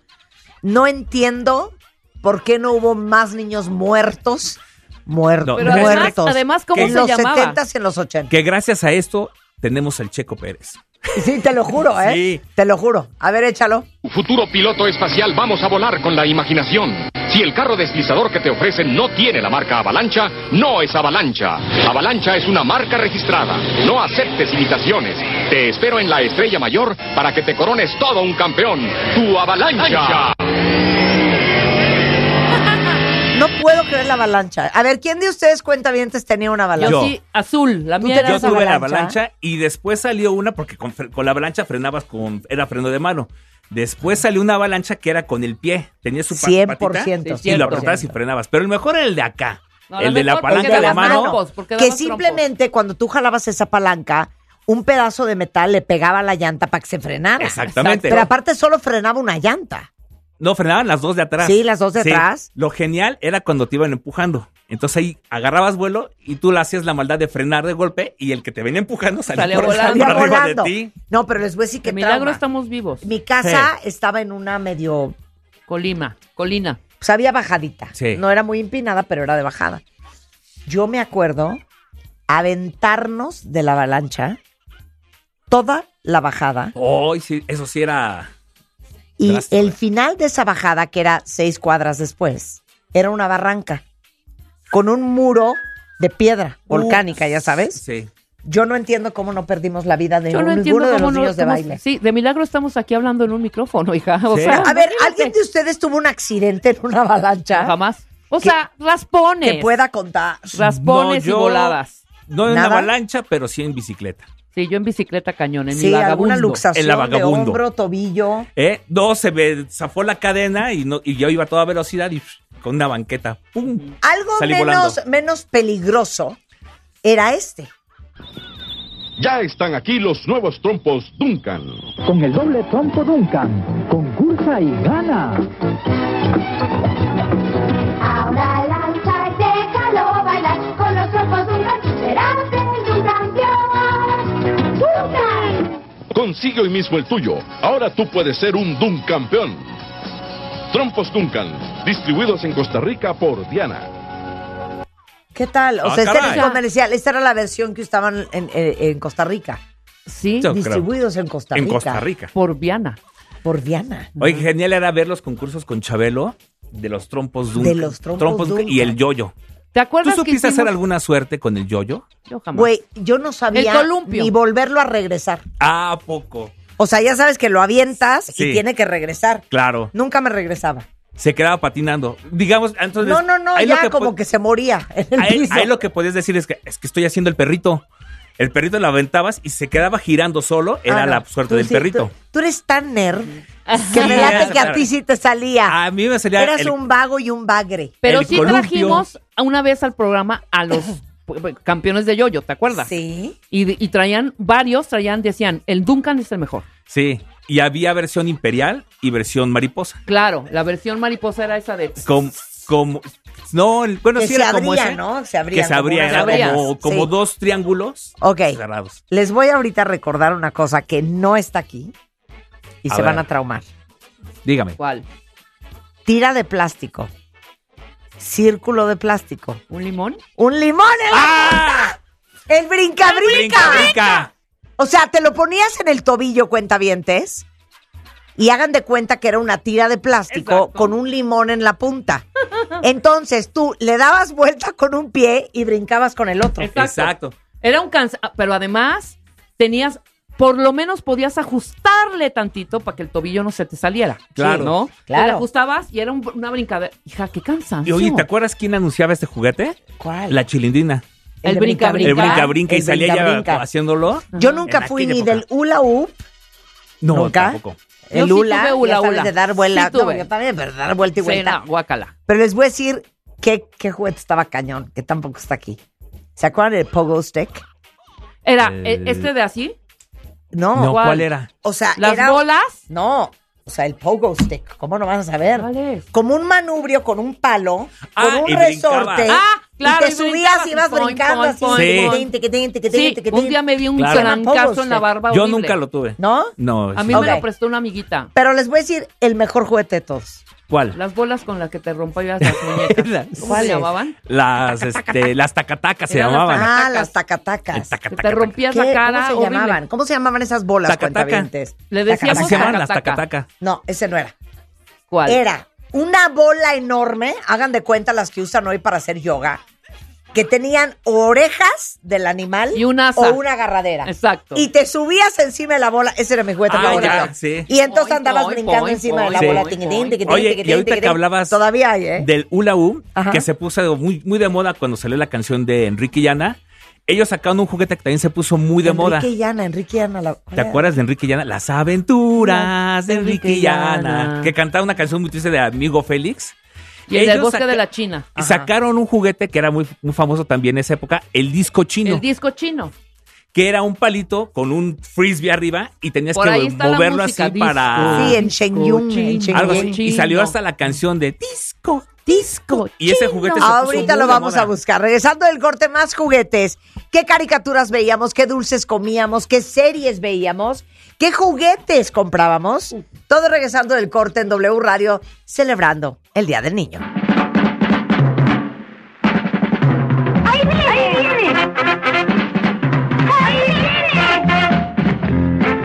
Speaker 1: no entiendo por qué no hubo más niños muertos, muertos,
Speaker 3: No,
Speaker 2: Pero
Speaker 3: Muertos.
Speaker 2: además, además, ¿cómo
Speaker 1: en
Speaker 2: se
Speaker 1: los
Speaker 2: llamaba?
Speaker 1: 70s y en los 80s.
Speaker 3: Que gracias a esto tenemos al Checo Pérez.
Speaker 1: Sí, te lo juro, ¿eh?
Speaker 3: Sí.
Speaker 1: Te lo juro. A ver, échalo.
Speaker 10: Futuro piloto espacial, vamos a volar con la imaginación. Si el carro deslizador que te ofrecen no tiene la marca Avalancha, no es Avalancha. Avalancha es una marca registrada. No aceptes imitaciones. Te espero en la estrella mayor para que te corones todo un campeón. ¡Tu Avalancha.
Speaker 1: No puedo creer la avalancha. A ver, ¿quién de ustedes cuenta vientes tenía una
Speaker 2: Yo,
Speaker 1: avalancha?
Speaker 3: Yo.
Speaker 2: sí, azul. La
Speaker 1: ¿Tú
Speaker 2: mía
Speaker 1: te
Speaker 2: era
Speaker 3: Yo
Speaker 1: Tenías
Speaker 2: azul.
Speaker 3: tuve la
Speaker 1: avalancha.
Speaker 3: avalancha y después salió una porque con, fre- con la avalancha frenabas con era freno de mano. Después salió una avalancha que era con el pie, tenía su pa-
Speaker 1: 100%.
Speaker 3: patita y
Speaker 2: 100%.
Speaker 3: lo apretabas y frenabas, pero el mejor era el de acá,
Speaker 2: No, la
Speaker 3: el de la
Speaker 2: mejor porque
Speaker 3: palanca de
Speaker 2: dabas
Speaker 3: mano.
Speaker 2: trompos, porque
Speaker 1: que
Speaker 2: dabas trompos.
Speaker 1: simplemente cuando tú jalabas esa palanca, un pedazo de metal le pegaba a la llanta para que se frenara.
Speaker 3: Exactamente.
Speaker 1: Pero aparte solo frenaba una llanta.
Speaker 3: No, frenaban las dos de atrás.
Speaker 1: Sí, las dos de atrás.
Speaker 3: Lo genial era cuando te iban empujando. Entonces ahí agarrabas vuelo y tú le hacías la maldad de frenar de golpe y el que te venía empujando salía,
Speaker 2: Salía
Speaker 3: por-
Speaker 2: volando.
Speaker 3: por
Speaker 1: Salía
Speaker 3: arriba
Speaker 1: volando.
Speaker 3: de ti.
Speaker 1: No, pero les voy a decir que
Speaker 2: De milagro
Speaker 1: trauma.
Speaker 2: estamos vivos.
Speaker 1: Mi casa estaba en una medio,
Speaker 2: Colima, Colina.
Speaker 1: pues había bajadita.
Speaker 3: Sí.
Speaker 1: No era muy empinada, pero era de bajada. Yo me acuerdo aventarnos de la avalancha toda la bajada
Speaker 3: Ay, sí, eso sí era
Speaker 1: y
Speaker 3: Drástico,
Speaker 1: el
Speaker 3: eh.
Speaker 1: final de esa bajada, que era seis cuadras después, era una barranca con un muro de piedra volcánica, ya sabes.
Speaker 3: Sí.
Speaker 1: Yo no entiendo cómo no perdimos la vida de
Speaker 2: Yo no
Speaker 1: ninguno
Speaker 2: entiendo
Speaker 1: de
Speaker 2: cómo
Speaker 1: los
Speaker 2: no.
Speaker 1: niños de
Speaker 2: cómo-
Speaker 1: baile.
Speaker 2: Sí, de milagro estamos aquí hablando en un micrófono, hija. O
Speaker 3: Sí.
Speaker 2: sea,
Speaker 1: A ver,
Speaker 2: imagínate.
Speaker 1: ¿alguien de ustedes tuvo un accidente en una avalancha?
Speaker 2: Jamás. O sea, raspones.
Speaker 1: Que pueda contar.
Speaker 2: Raspones
Speaker 3: No, yo-
Speaker 2: y voladas.
Speaker 3: No en una
Speaker 1: Nada.
Speaker 3: avalancha, pero sí en bicicleta.
Speaker 2: Sí, yo en bicicleta cañón, en mi
Speaker 1: Sí, alguna
Speaker 2: vagabundo.
Speaker 1: luxación
Speaker 3: En la
Speaker 1: de
Speaker 3: vagabundo.
Speaker 1: hombro, tobillo.
Speaker 3: ¿Eh? No, se me zafó la cadena y, no, y yo iba a toda velocidad y pf, con una banqueta. ¡Pum!
Speaker 1: Algo
Speaker 3: Salí
Speaker 1: menos,
Speaker 3: volando.
Speaker 1: menos peligroso era este.
Speaker 11: Ya están aquí los nuevos trompos Duncan.
Speaker 12: Con el doble trompo Duncan, concursa y gana.
Speaker 4: Ahora lanzas, déjalo bailar con los trompos Duncan, serás el campeón. Duncan.
Speaker 11: Consigue hoy mismo el tuyo. Ahora tú puedes ser un Duncan campeón. Trompos Duncan, distribuidos en Costa Rica por Diana.
Speaker 1: ¿Qué tal? O
Speaker 11: Ah,
Speaker 1: sea, este era
Speaker 11: caray.
Speaker 1: el comercial. Esta era la versión que usaban en, en- en Costa Rica.
Speaker 2: Sí,
Speaker 3: Yo creo.
Speaker 1: distribuidos en Costa Rica.
Speaker 3: En Costa Rica.
Speaker 2: Por Viana.
Speaker 1: Por Viana.
Speaker 3: Oye, qué genial era ver los concursos con Chabelo de los trompos Duncan.
Speaker 1: De los trompos Duncan.
Speaker 3: y el yoyo.
Speaker 2: ¿Te
Speaker 3: ¿Tú
Speaker 2: acuerdas que
Speaker 3: supiste hacer
Speaker 2: hicimos-
Speaker 3: alguna suerte con el yoyo?
Speaker 2: Yo jamás. [LAUGHS]
Speaker 1: Güey, yo no sabía
Speaker 2: El columpio.
Speaker 1: ni volverlo a regresar.
Speaker 3: Ah, poco.
Speaker 1: O sea, ya sabes que lo avientas y
Speaker 3: Sí.
Speaker 1: tiene que regresar.
Speaker 3: Claro.
Speaker 1: Nunca me regresaba.
Speaker 3: Se quedaba patinando. Digamos, entonces.
Speaker 1: no, no, no,
Speaker 3: ahí lo
Speaker 1: ya
Speaker 3: que
Speaker 1: como
Speaker 3: po-
Speaker 1: que se moría en el
Speaker 3: Ahí,
Speaker 1: piso.
Speaker 3: ahí lo que podías decir es que es que estoy haciendo el perrito. El perrito lo aventabas y se quedaba girando solo. Era
Speaker 1: Ah, no.
Speaker 3: la suerte
Speaker 1: Tú
Speaker 3: del
Speaker 1: sí,
Speaker 3: perrito.
Speaker 1: Tú, tú eres tan nerd que
Speaker 2: Sí.
Speaker 1: me late que a ti sí te salía.
Speaker 3: A mí me salía.
Speaker 1: Ah. Eras
Speaker 3: Ah, el-
Speaker 1: un vago y un bagre.
Speaker 2: Pero
Speaker 3: el
Speaker 2: sí
Speaker 3: columpio.
Speaker 2: trajimos una vez al programa a los [LAUGHS] p- p- campeones de yoyo, ¿te acuerdas?
Speaker 1: Sí.
Speaker 2: Y, y traían varios, traían, decían, el Duncan es el mejor.
Speaker 3: Sí. Y había versión imperial y versión mariposa.
Speaker 2: Claro, la versión mariposa era esa de...
Speaker 3: Como. como no, el- bueno,
Speaker 1: que
Speaker 3: sí
Speaker 1: se
Speaker 3: era
Speaker 1: abría,
Speaker 3: como ese.
Speaker 1: ¿no? Se abría.
Speaker 3: Que se abría,
Speaker 2: una
Speaker 3: era
Speaker 2: abría.
Speaker 3: como, como dos triángulos
Speaker 1: Ok.
Speaker 3: cerrados.
Speaker 1: Les voy ahorita a recordar una cosa que no está aquí y
Speaker 3: A
Speaker 1: se van
Speaker 3: ver.
Speaker 1: a traumar.
Speaker 3: Dígame.
Speaker 2: ¿Cuál?
Speaker 1: Tira de plástico. Círculo de plástico.
Speaker 2: ¿Un limón?
Speaker 1: ¡Un limón en la
Speaker 3: ¡Ah!
Speaker 1: punta! ¡El brincabrica!
Speaker 3: ¡Brinca, brinca!
Speaker 1: O sea, te lo ponías en el tobillo, cuentavientes, y hagan de cuenta que era una tira de plástico
Speaker 2: Exacto.
Speaker 1: con un limón en la punta. Entonces tú le dabas vuelta con un pie y brincabas con el otro.
Speaker 3: Exacto.
Speaker 2: Era un cansancio, pero además tenías, por lo menos podías ajustarle tantito para que el tobillo no se te saliera.
Speaker 3: Claro.
Speaker 2: ¿No?
Speaker 1: Claro.
Speaker 2: Te la ajustabas y era un- una brincadera. Hija, qué
Speaker 3: Y
Speaker 2: cansancio.
Speaker 3: oye, ¿te acuerdas quién anunciaba este juguete?
Speaker 1: ¿Cuál?
Speaker 3: La chilindrina.
Speaker 2: El
Speaker 1: de
Speaker 2: brinca,
Speaker 3: El brinca brinca y
Speaker 1: el
Speaker 3: salía
Speaker 1: brinca-brinca.
Speaker 3: ya haciéndolo.
Speaker 1: Yo nunca
Speaker 3: En
Speaker 1: fui
Speaker 3: aquella
Speaker 1: ni
Speaker 3: época.
Speaker 1: del hula hoop,
Speaker 3: No,
Speaker 1: ¿Nunca?
Speaker 3: tampoco.
Speaker 1: el
Speaker 2: sí
Speaker 1: hula,
Speaker 2: tuve hula
Speaker 1: ya sabes,
Speaker 2: hula.
Speaker 1: de dar vuelta.
Speaker 2: Sí tuve.
Speaker 1: No, yo también, pero dar vuelta y
Speaker 2: Sí,
Speaker 1: vuelta.
Speaker 2: no, guácala.
Speaker 1: Pero les voy a decir que, qué juguete estaba cañón, que tampoco está aquí. ¿Se acuerdan del pogo stick?
Speaker 2: Era
Speaker 3: Eh,
Speaker 2: eh, este de así,
Speaker 1: No.
Speaker 3: No,
Speaker 2: ¿cuál?
Speaker 3: ¿cuál era?
Speaker 1: O sea,
Speaker 2: las
Speaker 1: Ah, era-
Speaker 2: bolas.
Speaker 1: No, o sea, el pogo stick, ¿cómo no vas a saber?
Speaker 2: ¿Cuál es?
Speaker 1: Como un manubrio con un palo,
Speaker 3: Ah,
Speaker 1: con un
Speaker 3: y
Speaker 1: resorte.
Speaker 3: brincabas.
Speaker 2: Ah, claro,
Speaker 1: Y te
Speaker 2: y
Speaker 1: subías
Speaker 2: brincabas,
Speaker 1: y ibas
Speaker 2: poing,
Speaker 1: brincando
Speaker 2: poing,
Speaker 1: así.
Speaker 2: poing,
Speaker 1: tiquitín,
Speaker 2: poing.
Speaker 1: tiquitín, tiquitín,
Speaker 2: Sí,
Speaker 1: tiquitín.
Speaker 2: un día me di un
Speaker 3: Claro.
Speaker 2: trancazo en la
Speaker 1: Pogo
Speaker 2: barba
Speaker 3: Yo
Speaker 2: horrible.
Speaker 3: nunca lo tuve.
Speaker 1: ¿No?
Speaker 3: No,
Speaker 2: A mí
Speaker 3: sí.
Speaker 1: eh. Ok.
Speaker 2: me lo prestó una amiguita.
Speaker 1: Pero les voy a decir el mejor juguete de todos.
Speaker 3: ¿Cuál?
Speaker 2: Las bolas con las que te rompías las
Speaker 3: [LAUGHS]
Speaker 2: muñecas. ¿Cómo se
Speaker 1: ¿Cuáles?
Speaker 2: llamaban?
Speaker 3: Las, este, las tacatacas se
Speaker 2: Eran las
Speaker 3: llamaban.
Speaker 1: Ah,
Speaker 2: tacatacas.
Speaker 1: las tacatacas.
Speaker 3: El taca-
Speaker 2: Que
Speaker 3: Taca,
Speaker 2: te
Speaker 3: taca.
Speaker 1: ¿Qué?
Speaker 2: rompías
Speaker 1: ¿Cómo
Speaker 2: la
Speaker 1: se
Speaker 2: cara horrible.
Speaker 1: llamaban? ¿Cómo se llamaban esas bolas,
Speaker 3: Tacataca.
Speaker 1: cuentavientes?
Speaker 2: Le
Speaker 3: Así
Speaker 2: decíamos
Speaker 3: se llaman las
Speaker 2: taca-taca.
Speaker 3: tacataca.
Speaker 1: No, ese no era.
Speaker 2: ¿Cuál?
Speaker 1: Era una bola enorme, hagan de cuenta las que usan hoy para hacer yoga, que tenían orejas del animal
Speaker 2: Y un asa.
Speaker 1: o una agarradera.
Speaker 2: Exacto.
Speaker 1: Y te subías encima de la bola. Ese era mi juguete
Speaker 3: Ah,
Speaker 1: favorito.
Speaker 3: ya, sí.
Speaker 1: Y entonces
Speaker 2: Poing,
Speaker 1: andabas
Speaker 2: poing,
Speaker 1: brincando
Speaker 2: poing,
Speaker 1: encima de la
Speaker 3: poing,
Speaker 1: bola.
Speaker 2: poing,
Speaker 1: tiquitín,
Speaker 2: poing.
Speaker 1: tiquitín,
Speaker 3: Oye,
Speaker 1: tiquitín,
Speaker 3: y ahorita que
Speaker 1: tiquitín.
Speaker 3: hablabas
Speaker 1: Todavía hay, ¿eh?
Speaker 3: del Hula U,
Speaker 1: Ajá.
Speaker 3: que se puso muy, muy de moda cuando salió la canción de Enrique Llana, ellos sacaron un juguete que también se puso muy de moda.
Speaker 1: Enrique Llana, Enrique Llana. la- ¿cuál
Speaker 3: ¿Te
Speaker 1: era?
Speaker 3: acuerdas de Enrique Llana? Las aventuras de Enrique y Llana. Que cantaba una canción muy triste de Amigo Félix.
Speaker 2: Y el del
Speaker 3: Ellos
Speaker 2: bosque
Speaker 3: saca-
Speaker 2: de la China.
Speaker 1: Ajá.
Speaker 3: Sacaron un juguete que era muy, muy famoso también en esa época, el disco chino,
Speaker 2: El disco chino.
Speaker 3: que era un palito con un frisbee arriba y tenías
Speaker 2: Por
Speaker 3: que
Speaker 2: ahí está la
Speaker 3: moverlo así
Speaker 2: música,
Speaker 3: para
Speaker 2: disco,
Speaker 1: Sí, en
Speaker 2: disco,
Speaker 1: Shenyun, en
Speaker 2: chino,
Speaker 3: algo así. Y
Speaker 2: chino.
Speaker 3: salió hasta la canción de disco, disco. Y ese
Speaker 2: chino.
Speaker 3: juguete Este se puso
Speaker 1: Ahorita
Speaker 3: muy
Speaker 1: lo
Speaker 3: de
Speaker 1: vamos
Speaker 3: moda.
Speaker 1: a buscar. Regresando del corte, más juguetes. ¿Qué caricaturas veíamos? ¿Qué dulces comíamos? ¿Qué series veíamos? ¿Qué juguetes comprábamos? Todo regresando del corte en W Radio, celebrando el Día del Niño.
Speaker 4: Ahí viene. Ahí viene. Ahí viene.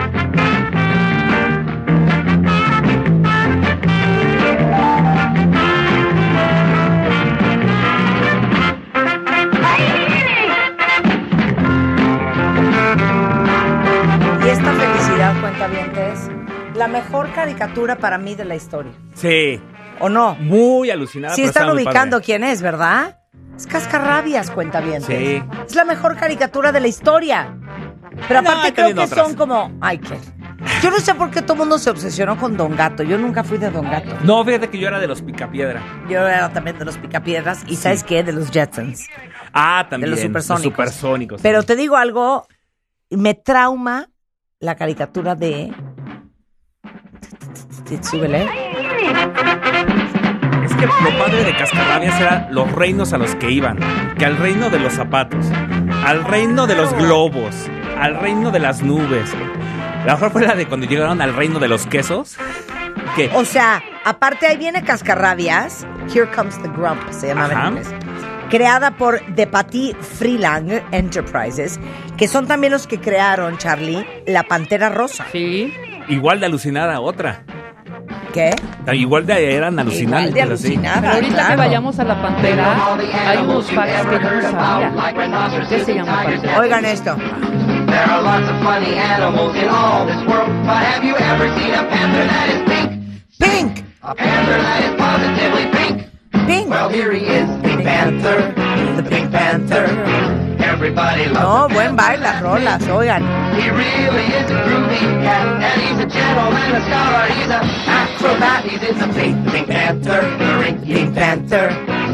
Speaker 1: Y esta felicidad, cuenta bien, es la mejor caricatura para mí de la historia.
Speaker 3: Sí,
Speaker 1: ¿O no?
Speaker 3: muy alucinada.
Speaker 1: Sí
Speaker 3: Ah, pero
Speaker 1: están
Speaker 3: estaba muy
Speaker 1: ubicando
Speaker 3: padre.
Speaker 1: quién es, ¿verdad? Es Cascarrabias, cuenta bien.
Speaker 3: Sí.
Speaker 1: Es la mejor caricatura de la historia. Pero
Speaker 3: No,
Speaker 1: aparte
Speaker 3: he
Speaker 1: creo
Speaker 3: tenido
Speaker 1: que
Speaker 3: otras.
Speaker 1: son como. Ay, qué. Yo no sé por qué todo el mundo se obsesionó con Don Gato. Yo nunca fui de Don Gato.
Speaker 3: No, fíjate que yo era de los picapiedra.
Speaker 1: Yo era también de los picapiedras y ¿sabes qué? De los Jetsons.
Speaker 3: Ah, también.
Speaker 1: los supersónicos.
Speaker 3: supersónicos.
Speaker 1: Pero te digo algo, me trauma la caricatura de... Súbele.
Speaker 3: Es que lo padre de Cascarrabias era los reinos a los que iban. Que al reino de los zapatos, al reino de los globos, al reino de las nubes. La mejor fue la de cuando llegaron al reino de los quesos. Que,
Speaker 1: O sea, aparte ahí viene Cascarrabias, Here Comes the Grump, se llamaba
Speaker 3: Ajá.
Speaker 1: en inglés. Creada por The Patty Freeland Enterprises, que son también los que crearon, Charlie, la Pantera Rosa.
Speaker 2: Sí.
Speaker 1: Ah,
Speaker 3: igual de alucinada otra.
Speaker 1: ¿Qué?
Speaker 3: Igual de eran alucinantes.
Speaker 1: de
Speaker 3: así.
Speaker 1: alucinada.
Speaker 2: Pero ahorita que vayamos a la pantera, hay unos facts que yo no sabía. ¿Qué Este se llama pantera?
Speaker 1: Oigan esto.
Speaker 13: There are lots of funny animals in all this world, but have you ever seen a panther that is pink?
Speaker 1: Pink!
Speaker 13: A panther that is positively pink.
Speaker 1: Pink.
Speaker 13: Well, here he is, Pink Panther. The Pink Panther. Everybody
Speaker 1: No,
Speaker 13: loves him.
Speaker 1: buen baile las rolas, oigan.
Speaker 13: He really is a groovy cat, and he's a gentleman, a scholar, he's a acrobat. He's in the pink, pink panther, the rink, pink panther.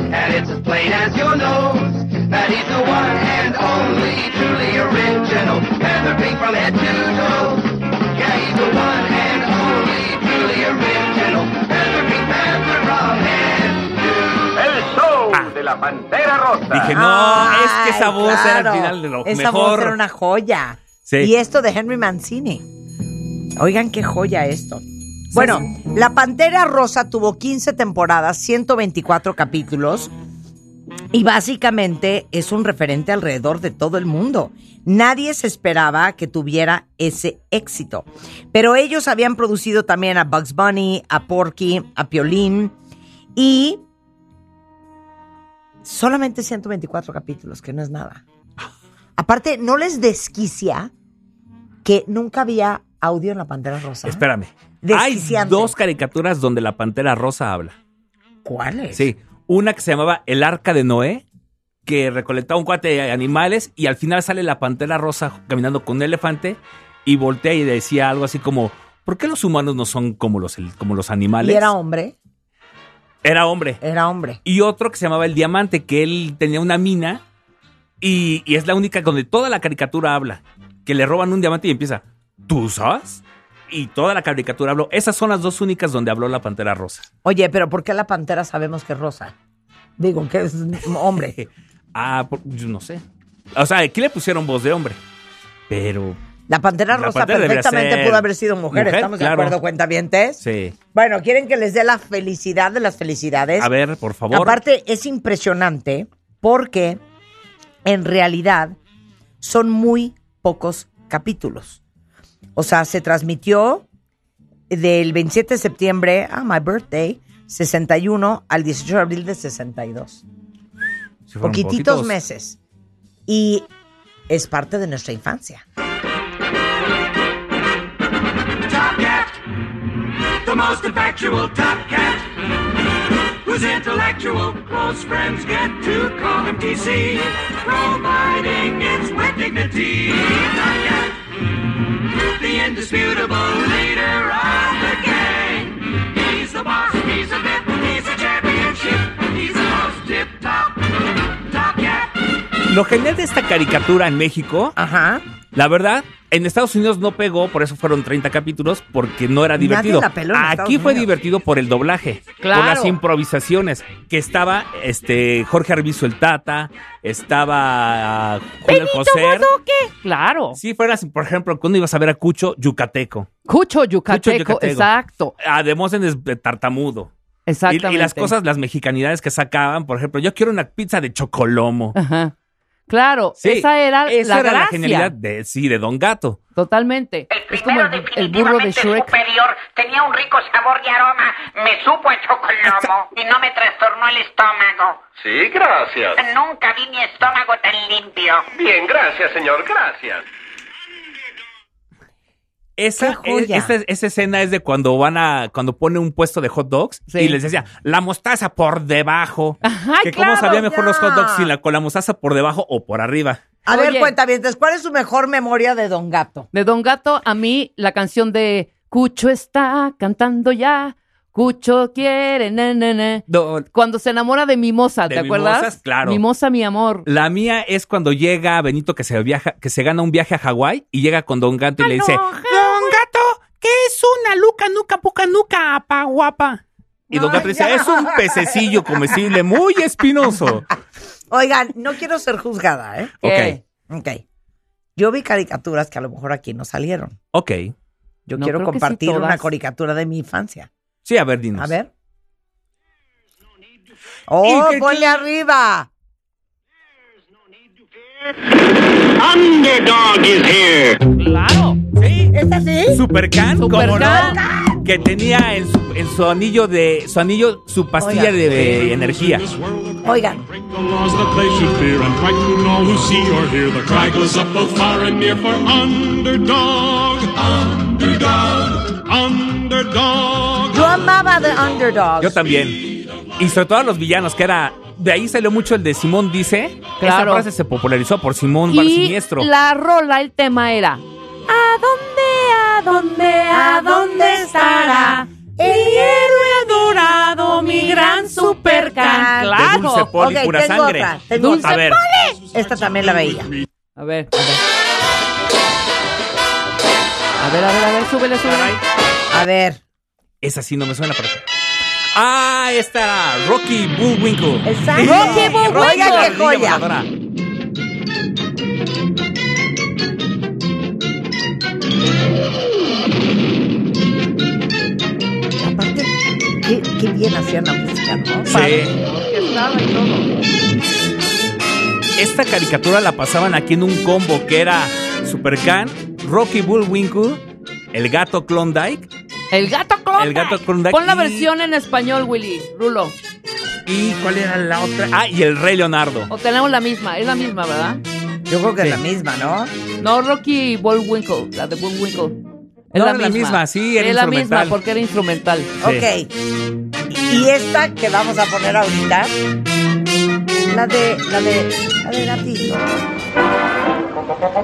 Speaker 13: And it's as plain as your nose that he's the one and only truly original panther pink from head to toe. Yeah, he's the one and only truly original panther pink panther from head to El show de la pantera rosa.
Speaker 3: Dije, no, es que esa voz era al final de lo
Speaker 1: Esa
Speaker 3: mejor.
Speaker 1: voz era una joya.
Speaker 3: Sí.
Speaker 1: Y esto de Henry Mancini. Oigan qué joya esto. Bueno, La Pantera Rosa tuvo 15 temporadas, 124 capítulos y básicamente es un referente alrededor de todo el mundo. Nadie se esperaba que tuviera ese éxito. Pero ellos habían producido también a Bugs Bunny, a Porky, a Piolín y solamente 124 capítulos, que no es nada. Aparte, ¿no les desquicia que nunca había audio en la Pantera Rosa?
Speaker 3: Espérame. Hay
Speaker 1: Desquiciante.
Speaker 3: dos caricaturas donde la pantera rosa habla.
Speaker 1: ¿Cuáles?
Speaker 3: Sí, una que se llamaba El Arca de Noé, que recolectaba un cuate de animales y al final sale la pantera rosa caminando con un elefante y voltea y decía algo así como, ¿por qué los humanos no son como los, el- como los animales?
Speaker 1: Y era hombre,
Speaker 3: Era hombre.
Speaker 1: era hombre.
Speaker 3: Y otro que se llamaba El Diamante, que él tenía una mina y, y es la única donde toda la caricatura habla, que le roban un diamante y empieza, ¿tú sabes? Y toda la caricatura habló. Esas son las dos únicas donde habló la pantera rosa. [LAUGHS]
Speaker 1: Oye, pero ¿por qué la Pantera sabemos que es rosa? Digo, que es
Speaker 3: [LAUGHS]
Speaker 1: hombre.
Speaker 3: Ah, por- yo no sé. O sea, aquí le pusieron voz de hombre. Pero.
Speaker 1: La Pantera
Speaker 3: La
Speaker 1: Rosa
Speaker 3: Pantera debería
Speaker 1: perfectamente
Speaker 3: ser
Speaker 1: pudo haber sido mujer,
Speaker 3: mujer,
Speaker 1: ¿estamos
Speaker 3: claro.
Speaker 1: de acuerdo, cuentavientes?
Speaker 3: Sí.
Speaker 1: Bueno, ¿quieren que les dé la felicidad de las felicidades?
Speaker 3: A ver, por favor.
Speaker 1: Aparte, es impresionante porque en realidad son muy pocos capítulos. O sea, se transmitió del 27 de septiembre a my birthday, 61 al 18 de abril de 62.
Speaker 3: Sí fueron
Speaker 1: Poquititos
Speaker 3: poquitos.
Speaker 1: meses. Y es parte de nuestra infancia.
Speaker 13: Top Cat, the most effectual Top Cat, whose intellectual close friends get to call him TC, providing it's with dignity. Top Cat, the indisputable leader of the gang. He's the boss, he's a VIP, he's a championship, he's the most tip top, Top Cat.
Speaker 3: Lo genial de esta caricatura en México.
Speaker 1: Ajá.
Speaker 3: La verdad, en Estados Unidos no pegó, por eso fueron 30 capítulos, porque no era
Speaker 1: Nadie
Speaker 3: divertido.
Speaker 1: la peló en Estados
Speaker 3: Aquí fue
Speaker 1: Unidos.
Speaker 3: divertido por el doblaje,
Speaker 2: Claro.
Speaker 3: por las improvisaciones, que estaba este Jorge Arbizu el Tata, estaba Juan Alcocer.
Speaker 2: Claro.
Speaker 3: Si fueras, por ejemplo, cuando ibas a ver a Cucho, Yucateco.
Speaker 2: Cucho yucateco,
Speaker 3: Cucho yucateco.
Speaker 2: exacto.
Speaker 3: A Demóstenes eh, tartamudo. Y,
Speaker 2: Exactamente.
Speaker 3: y las cosas, las mexicanidades que sacaban, por ejemplo, yo quiero una pizza de chocolomo.
Speaker 2: Ajá. Claro,
Speaker 3: Sí,
Speaker 2: [LAUGHS] esa era
Speaker 3: esa
Speaker 2: la
Speaker 3: era la
Speaker 2: gracia.
Speaker 3: genialidad de, sí, de Don Gato.
Speaker 2: Totalmente. es como el, el burro de
Speaker 7: Definitivamente
Speaker 2: Shrek.
Speaker 7: superior, tenía un rico sabor y aroma, me supo a chocolomo y no me trastornó el estómago.
Speaker 14: Sí, gracias.
Speaker 7: Nunca vi mi estómago tan limpio.
Speaker 14: Bien, gracias, señor, gracias.
Speaker 3: Esa,
Speaker 1: ¡Qué joya!
Speaker 3: e- esa- esa escena es de cuando van a, cuando pone un puesto de hot dogs
Speaker 2: Sí.
Speaker 3: y les decía, la mostaza por debajo.
Speaker 2: Ajá,
Speaker 1: [LAUGHS]
Speaker 3: que
Speaker 2: claro.
Speaker 3: cómo sabía mejor los hot dogs
Speaker 1: ya.
Speaker 3: sin la, con la mostaza por debajo o por arriba.
Speaker 1: A ver,
Speaker 2: Oye.
Speaker 1: cuentavientes, ¿cuál es su mejor memoria de Don Gato?
Speaker 2: De Don Gato, a mí la canción de Cucho está cantando ya. Cucho quiere, ne, ne, ne. Cuando se enamora de Mimosa, ¿te
Speaker 3: De
Speaker 2: acuerdas?
Speaker 3: Mimosas, claro.
Speaker 2: Mimosa, mi amor.
Speaker 3: La mía es cuando llega Benito que se viaja, que se gana un viaje a Hawái y llega con Don Gato
Speaker 1: Ah,
Speaker 3: y le dice,
Speaker 15: Don Gato, ¿qué es una luca nuca puca nuca apa guapa?
Speaker 3: y Don Gato le dice, es un pececillo comestible muy
Speaker 1: [LAUGHS]
Speaker 3: espinoso.
Speaker 1: Oigan, no quiero ser juzgada, ¿eh?
Speaker 3: Ok.
Speaker 1: Ok. Yo vi caricaturas que a lo mejor aquí no salieron.
Speaker 3: Ok.
Speaker 1: Yo quiero compartir una caricatura de mi infancia.
Speaker 3: Sí, a ver, dinos.
Speaker 1: A ver. ¡Oh,
Speaker 15: Y que-
Speaker 1: ponle arriba!
Speaker 15: Underdog is here. Claro.
Speaker 3: Sí.
Speaker 1: ¿Es así?
Speaker 3: Supercan, como
Speaker 15: Supercan.
Speaker 3: no, que tenía en su, en su anillo de su anillo su pastilla
Speaker 1: Oiga.
Speaker 3: de, de energía.
Speaker 1: Oigan,
Speaker 16: The laws that they should fear and frighten all who see or hear. The cry goes up both far and near for underdog, underdog, underdog.
Speaker 1: yo amaba The Underdogs.
Speaker 3: Yo también. Y sobre todo a los villanos, que era de ahí salió mucho el de Simón dice.
Speaker 2: Claro.
Speaker 3: Esa frase se popularizó por Simón Bar
Speaker 2: Y
Speaker 3: Siniestro.
Speaker 2: la rola, el tema era ¿A dónde, a dónde, a dónde estará el héroe adorado, mi gran supercan?
Speaker 1: De
Speaker 2: Claro.
Speaker 1: Dulce Poli, Ok, pura tengo sangre. otra, tengo
Speaker 2: Dulce
Speaker 1: otra. A ver.
Speaker 2: Poli.
Speaker 1: Esta también la veía.
Speaker 2: A ver. A ver, a ver, a ver, súbele, súbele.
Speaker 1: A ver.
Speaker 3: Esa sí no me suena pero- Ah, esta era Rocky Bullwinkle.
Speaker 1: Exacto. Rocky Bullwinkle. Oiga, qué joya. Aparte, qué, qué bien hacían la música, ¿no?
Speaker 3: Sí.
Speaker 2: y
Speaker 3: Esta caricatura la pasaban aquí en un combo que era Supercan, Rocky Bullwinkle, el gato Klondike,
Speaker 2: El gato Klondike.
Speaker 3: el gato Klondike.
Speaker 2: Pon la
Speaker 3: y-
Speaker 2: versión en español, Willy. Rulo.
Speaker 3: ¿Y cuál era la otra? Ah, y el Rey Leonardo.
Speaker 2: O tenemos la misma. Es la misma, ¿verdad?
Speaker 1: Yo creo que es la misma, ¿no?
Speaker 2: No, Rocky Bullwinkle. La de Bullwinkle. Es
Speaker 3: No,
Speaker 2: la
Speaker 3: era la
Speaker 2: misma.
Speaker 3: misma, sí, era
Speaker 2: Es la misma
Speaker 3: instrumental.
Speaker 2: porque era instrumental.
Speaker 1: Ok. Y esta que vamos a poner ahorita, la de, la de, la de gatito.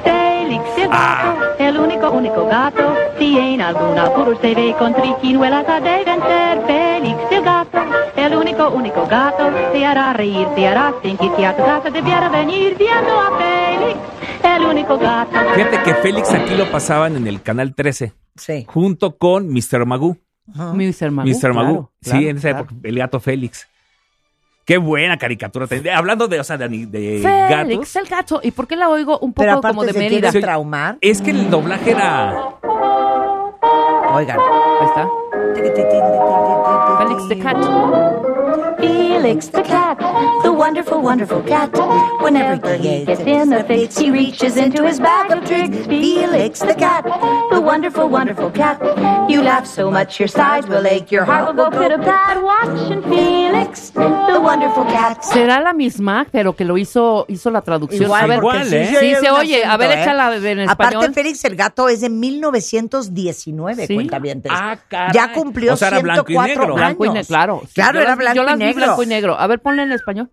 Speaker 5: Félix el gato, el único, único gato. Si en algún apuro se ve con triquiñuelas a de vencer. Félix el gato, el único, único gato. Te hará reír, te hará sentir que a tu casa debiera venir viendo a Félix, el único gato.
Speaker 3: Fíjate que Félix aquí lo pasaban en el canal 13.
Speaker 1: Sí.
Speaker 3: Junto con Mr. Magoo.
Speaker 2: Mr. Magoo.
Speaker 3: Mr. Magoo.
Speaker 2: claro,
Speaker 3: sí,
Speaker 2: claro,
Speaker 3: en esa
Speaker 2: claro.
Speaker 3: época, el gato Félix. Qué buena caricatura. Te- Hablando de, o sea, de, ani- de Eh, gatos.
Speaker 2: Félix el gato. ¿Y por qué la oigo un
Speaker 1: Pero
Speaker 2: poco
Speaker 1: aparte
Speaker 2: como de
Speaker 1: se
Speaker 2: Mérida?
Speaker 1: quiere traumar.
Speaker 3: Es que el doblaje era.
Speaker 1: Oigan.
Speaker 2: Ahí está. Félix the cat.
Speaker 5: Felix the cat, the wonderful, wonderful cat. Whenever he gets in a fix, he reaches into his bag of tricks. Felix the cat, the wonderful, wonderful cat. You laugh so much your sides will ache, your heart will go pit a pat. Watching Felix, the wonderful cat.
Speaker 2: Será la misma, pero que lo hizo, hizo la traducción.
Speaker 1: Igual,
Speaker 2: a ver,
Speaker 1: porque sí
Speaker 2: Sí, se
Speaker 1: un
Speaker 2: oye. A ver,
Speaker 1: acento, ¿eh?
Speaker 2: échala en español.
Speaker 1: Aparte, Félix el Gato es de 1919,
Speaker 2: Sí.
Speaker 1: cuentavientes.
Speaker 2: Ah, caray.
Speaker 1: Ya cumplió 104 años.
Speaker 2: Blanco y ne- claro.
Speaker 1: Claro,
Speaker 2: Yo
Speaker 1: era
Speaker 2: las-
Speaker 1: blanco
Speaker 2: yo
Speaker 1: y
Speaker 2: las vi
Speaker 1: negro.
Speaker 2: blanco y negro. A ver, ponla en español.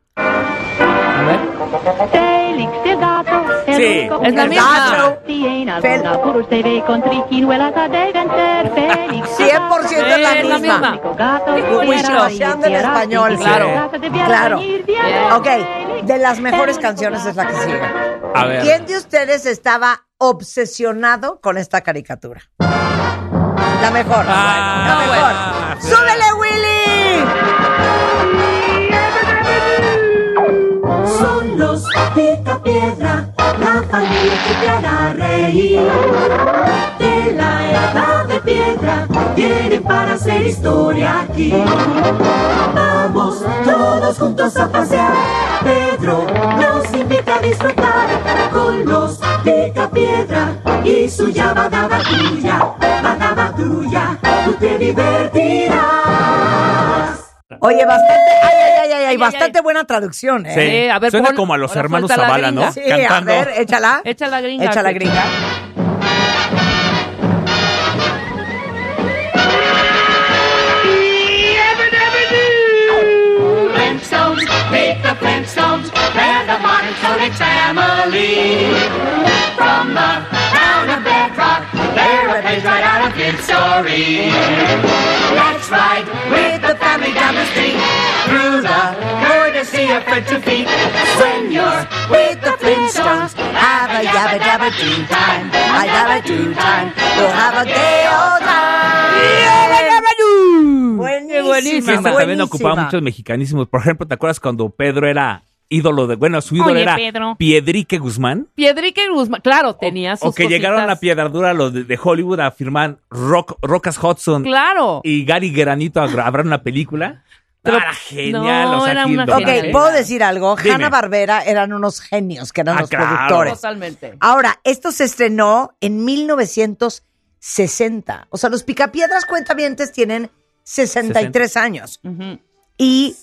Speaker 5: Félix el gato, el
Speaker 2: Sí,
Speaker 5: único
Speaker 2: es la
Speaker 5: gato.
Speaker 2: misma.
Speaker 5: Si en algún apuro se ve con triquiñuelas ha de vencer.
Speaker 1: [LAUGHS]
Speaker 5: Félix el
Speaker 1: 100%
Speaker 5: gato,
Speaker 1: es la
Speaker 5: el
Speaker 1: misma.
Speaker 5: único gato,
Speaker 1: Qué
Speaker 5: te
Speaker 1: juicio,
Speaker 5: hará
Speaker 1: se
Speaker 5: reír,
Speaker 1: anda en
Speaker 5: te hará
Speaker 1: español.
Speaker 5: sentir,
Speaker 1: Claro,
Speaker 5: te hará sentir,
Speaker 1: claro.
Speaker 5: venir, viene.
Speaker 1: Ok, de las mejores canciones es la que sigue.
Speaker 3: A ver.
Speaker 1: ¿Quién de ustedes estaba obsesionado con esta caricatura? La mejor.
Speaker 3: Ah,
Speaker 1: la mejor. ¡Súbele, Willy!
Speaker 15: Son los pica piedra, la familia que te hará reír. De la edad de piedra, vienen para hacer historia aquí. Vamos todos juntos a pasear. Pedro nos invita a disfrutar con los pica piedra y su ya badaba tuya, badaba tuya, tú te divertirás.
Speaker 1: Oye, bastante, ay, ay, ay, ay, ay, bastante buena traducción, ¿eh?
Speaker 3: Sí, a ver, Suena pon- como a los ahora hermanos suelta la Zavala, ¿no? gringa.
Speaker 1: Sí,
Speaker 3: Cantando.
Speaker 1: a ver, échala.
Speaker 2: Echa la gringa.
Speaker 1: Échala, gringa.
Speaker 15: Flintstones, meet the Flintstones, they're the modern Sonic family.
Speaker 13: Valley. From the town of Bedrock, they're a place right out of Gidstory. Let's ride with the family down the street, through the door to see a friend to feet. When you're with the Flintstones, have a yabba dabba doo time, a yabba doo time. We'll have a gay old time.
Speaker 1: Buenísima,
Speaker 3: Esta también la ocupaba muchos mexicanísimos. Por ejemplo, ¿te acuerdas cuando Pedro era ídolo de. Bueno, su ídolo
Speaker 2: Oye,
Speaker 3: era
Speaker 2: Pedro.
Speaker 3: Piedrique Guzmán?
Speaker 2: Piedrique Guzmán, claro, tenía sus
Speaker 3: O que llegaron a la
Speaker 2: cositas.
Speaker 3: piedradura los de, de Hollywood a firmar Rock, Rocas Hudson
Speaker 2: Claro.
Speaker 3: y Gary Granito a grabar una película. Ah, genial. o sea, Eh, aquí lo-
Speaker 1: Ok, ¿puedo decir algo?
Speaker 3: Dime.
Speaker 1: Hanna Barbera eran unos genios que eran
Speaker 3: Ah,
Speaker 1: los
Speaker 3: claro.
Speaker 1: productores.
Speaker 2: Totalmente.
Speaker 3: Ah.
Speaker 1: Ahora, esto se estrenó en 1960. O sea, los Picapiedras Cuentavientes tienen 63 años. Y